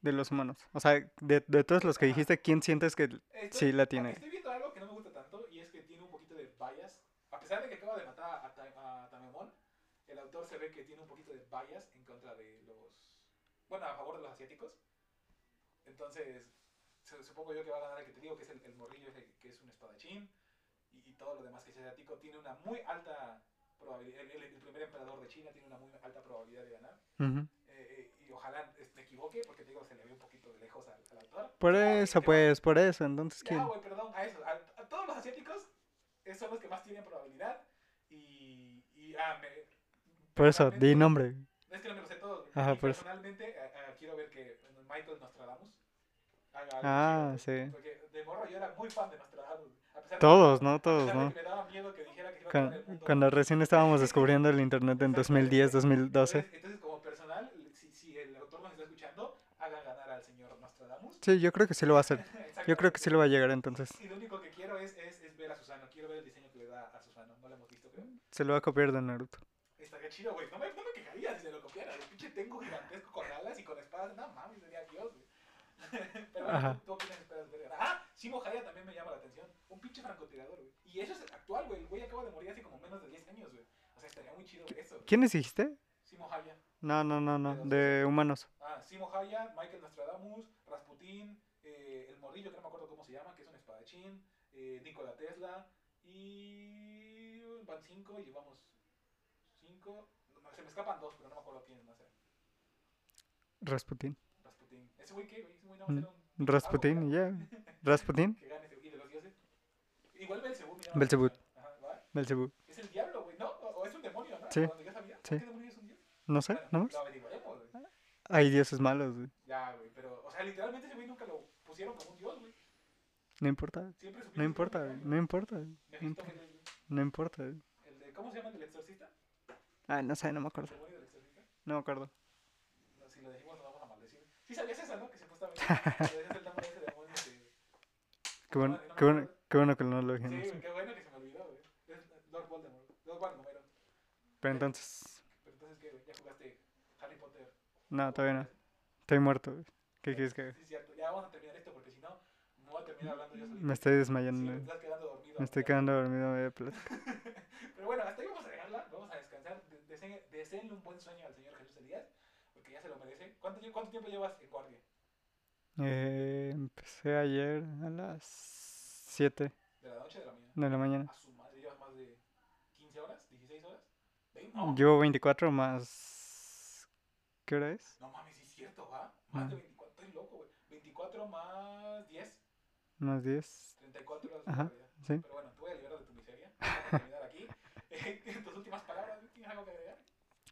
B: de los humanos? O sea, de, de todos los que dijiste, ¿quién sientes que
A: Estoy-
B: sí la
A: Aunque
B: tiene?
A: Estoy viendo algo que no me gusta tanto y es que tiene un poquito de bias. A pesar de que acaba de matar a, Ta- a Tamemon, el autor se ve que tiene un poquito de bias en contra de los. Bueno, a favor de los asiáticos. Entonces, su- supongo yo que va a ganar el que te digo, que es el, el morrillo ese que es un espadachín, y, y todo lo demás que es asiático, tiene una muy alta probabilidad, el, el- el primer emperador de China tiene una muy alta probabilidad de ganar,
B: Ujú.
A: Eh, eh, y ojalá eh, me equivoque, porque te digo, se le ve un poquito de lejos al, al autor.
B: Por
A: Ya,
B: eso,
A: que-
B: pues, por eso. Entonces,
A: Ya,
B: ¿quién?
A: güey, perdón, a eso, a, a todos los asiáticos eh, son los que más tienen probabilidad, y, y ah, me...
B: Por eso, di
A: personalmente-
B: nombre.
A: es que no me lo sé todo.
B: Ajá,
A: y
B: por eso.
A: personalmente a- a- quiero ver que Michael Nostradamus haga algo.
B: Ah,
A: chido,
B: sí.
A: Porque de morro yo era muy fan de Nostradamus. A pesar de-
B: Todos, ¿no?
A: a pesar
B: Todos,
A: de
B: ¿no?
A: que me daba miedo que dijera que iba a
B: Cuan-
A: acabar el mundo.
B: Cuando recién estábamos descubriendo el internet en 2010, 2012.
A: Entonces, entonces, como personal, si, si el autor nos está escuchando, haga ganar al señor Nostradamus.
B: Sí, yo creo que sí lo va a hacer. Yo creo que sí
A: Exactamente.
B: lo va a llegar entonces.
A: Y lo único que quiero es, es, es ver a Susano. Quiero ver el diseño que le da a Susano. No lo hemos visto, creo.
B: Se lo va a copiar de Naruto.
A: Estaría chido, güey. No me, no me quejaría si se lo copiara. El pinche tengo gigantesco con alas y con espadas. No mames, sería Dios, güey. Pero bueno,
B: Ajá.
A: ¿tú, tú opinas que esperas ver? Ah, Simo Jaya también me llama la atención. Un pinche francotirador, güey. Y eso es actual, güey. El güey acaba de morir hace como menos de 10 años, güey. O sea, estaría muy chido ver eso. güey.
B: ¿Quiénes dijiste?
A: Simo Jaya.
B: No, no, no, no. De humanos.
A: Ah, Simo Jaya, Michael Nostradamus, Rasputin, eh, el morrillo, que no me acuerdo cómo se llama, que es un espadachín, eh, Nikola Tesla y van cinco, y llevamos cinco, no, se me escapan dos, pero no me acuerdo quién no sé,
B: Rasputin.
A: Rasputin. Ese güey que, ese güey no va a ser un...
B: Mm, Rasputin,
A: algo,
B: ya. Rasputin,
A: Que gane, ese güey, y de los dioses. Igual Belzebú.
B: Belzebú.
A: Ajá, ¿va?
B: Belzebú.
A: Es el diablo, güey, ¿no? O, o es un demonio, ¿no?
B: Sí.
A: Cuando yo sabía,
B: Sí.
A: ¿qué demonio es un dios?
B: No sé,
A: Bueno,
B: ¿no más?
A: lo averiguaremos, güey.
B: Hay dioses malos, güey.
A: Ya, güey, pero, o sea, literalmente ese güey nunca lo pusieron como un dios, güey.
B: No importa.
A: Siempre supimos que
B: No
A: era
B: importa,
A: un
B: güey.
A: demonio.
B: No importa. güey. No
A: Mephistófeles,
B: importa.
A: güey.
B: No importa. güey.
A: El de, ¿Cómo se llama el del exorcista?
B: Ah, no sé, no me
A: ¿El
B: acuerdo.
A: demonio del exorcista?
B: No me acuerdo.
A: No, si lo decimos, nos vamos a maldecir. Sí, sabías esa, ¿no? Que supuestamente. le decías el nombre a ese demonio que-
B: Qué bueno,
A: No me
B: qué bueno,
A: acuerdo.
B: qué bueno que no lo dijimos.
A: Sí, güey, qué bueno que se me olvidó, güey. Es Lord Voldemort. Lord Voldemort.
B: Pero entonces,
A: Pero entonces, ¿qué, güey? Ya jugaste Harry Potter.
B: no, Ah, todavía no. Estoy muerto, güey. ¿Qué quieres que haga?
A: Sí, es cierto. Ya vamos a terminar esto porque si no, me voy a terminar hablando yo solito.
B: Me estoy
A: Sí,
B: desmayando.
A: me
B: güey.
A: estás quedando dormido.
B: Me estoy
A: amiga.
B: quedando dormido a media plática.
A: Pero bueno, hasta ahí vamos a dejarla. Vamos a descansar. De- desee- Deseenle un buen sueño al señor Jesús Elías. Porque ya se lo merece. ¿Cuánto, lle- cuánto tiempo llevas en guardia?
B: Eh, empecé ayer a las 7
A: ¿De la noche o de la mañana?
B: de la mañana.
A: A su madre, llevas más de 15 horas, 16 horas. Ve- No,
B: Llevo 24 más... ¿Qué hora es?
A: no mames, sí es cierto, ¿va? Más
B: Ah.
A: de 24, estoy loco, güey. 24 más 10,
B: Más 10.
A: 34 horas.
B: Ajá,
A: güey.
B: Sí.
A: Pero bueno, te voy a liberar de tu miseria. Vamos a terminar aquí. Eh, tus últimas palabras, ¿tienes algo que agregar?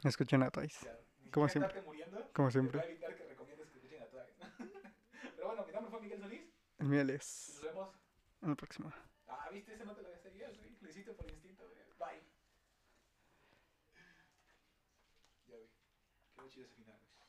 B: Escuchen a Thais.
A: Ya, ni siquiera
B: Como siempre.
A: estarte muriendo.
B: Como
A: Siempre. Voy
B: siempre.
A: a evitar que recomiendes que escuchen a todas. Pero bueno, mi nombre fue Miguel Solís.
B: El mío
A: y Nos
B: es...
A: vemos.
B: En el próximo.
A: Ah, viste, ese no te lo había seguido, güey. Lo hiciste por instinto, güey. Bye. Ya, güey. Qué chido ese final, güey.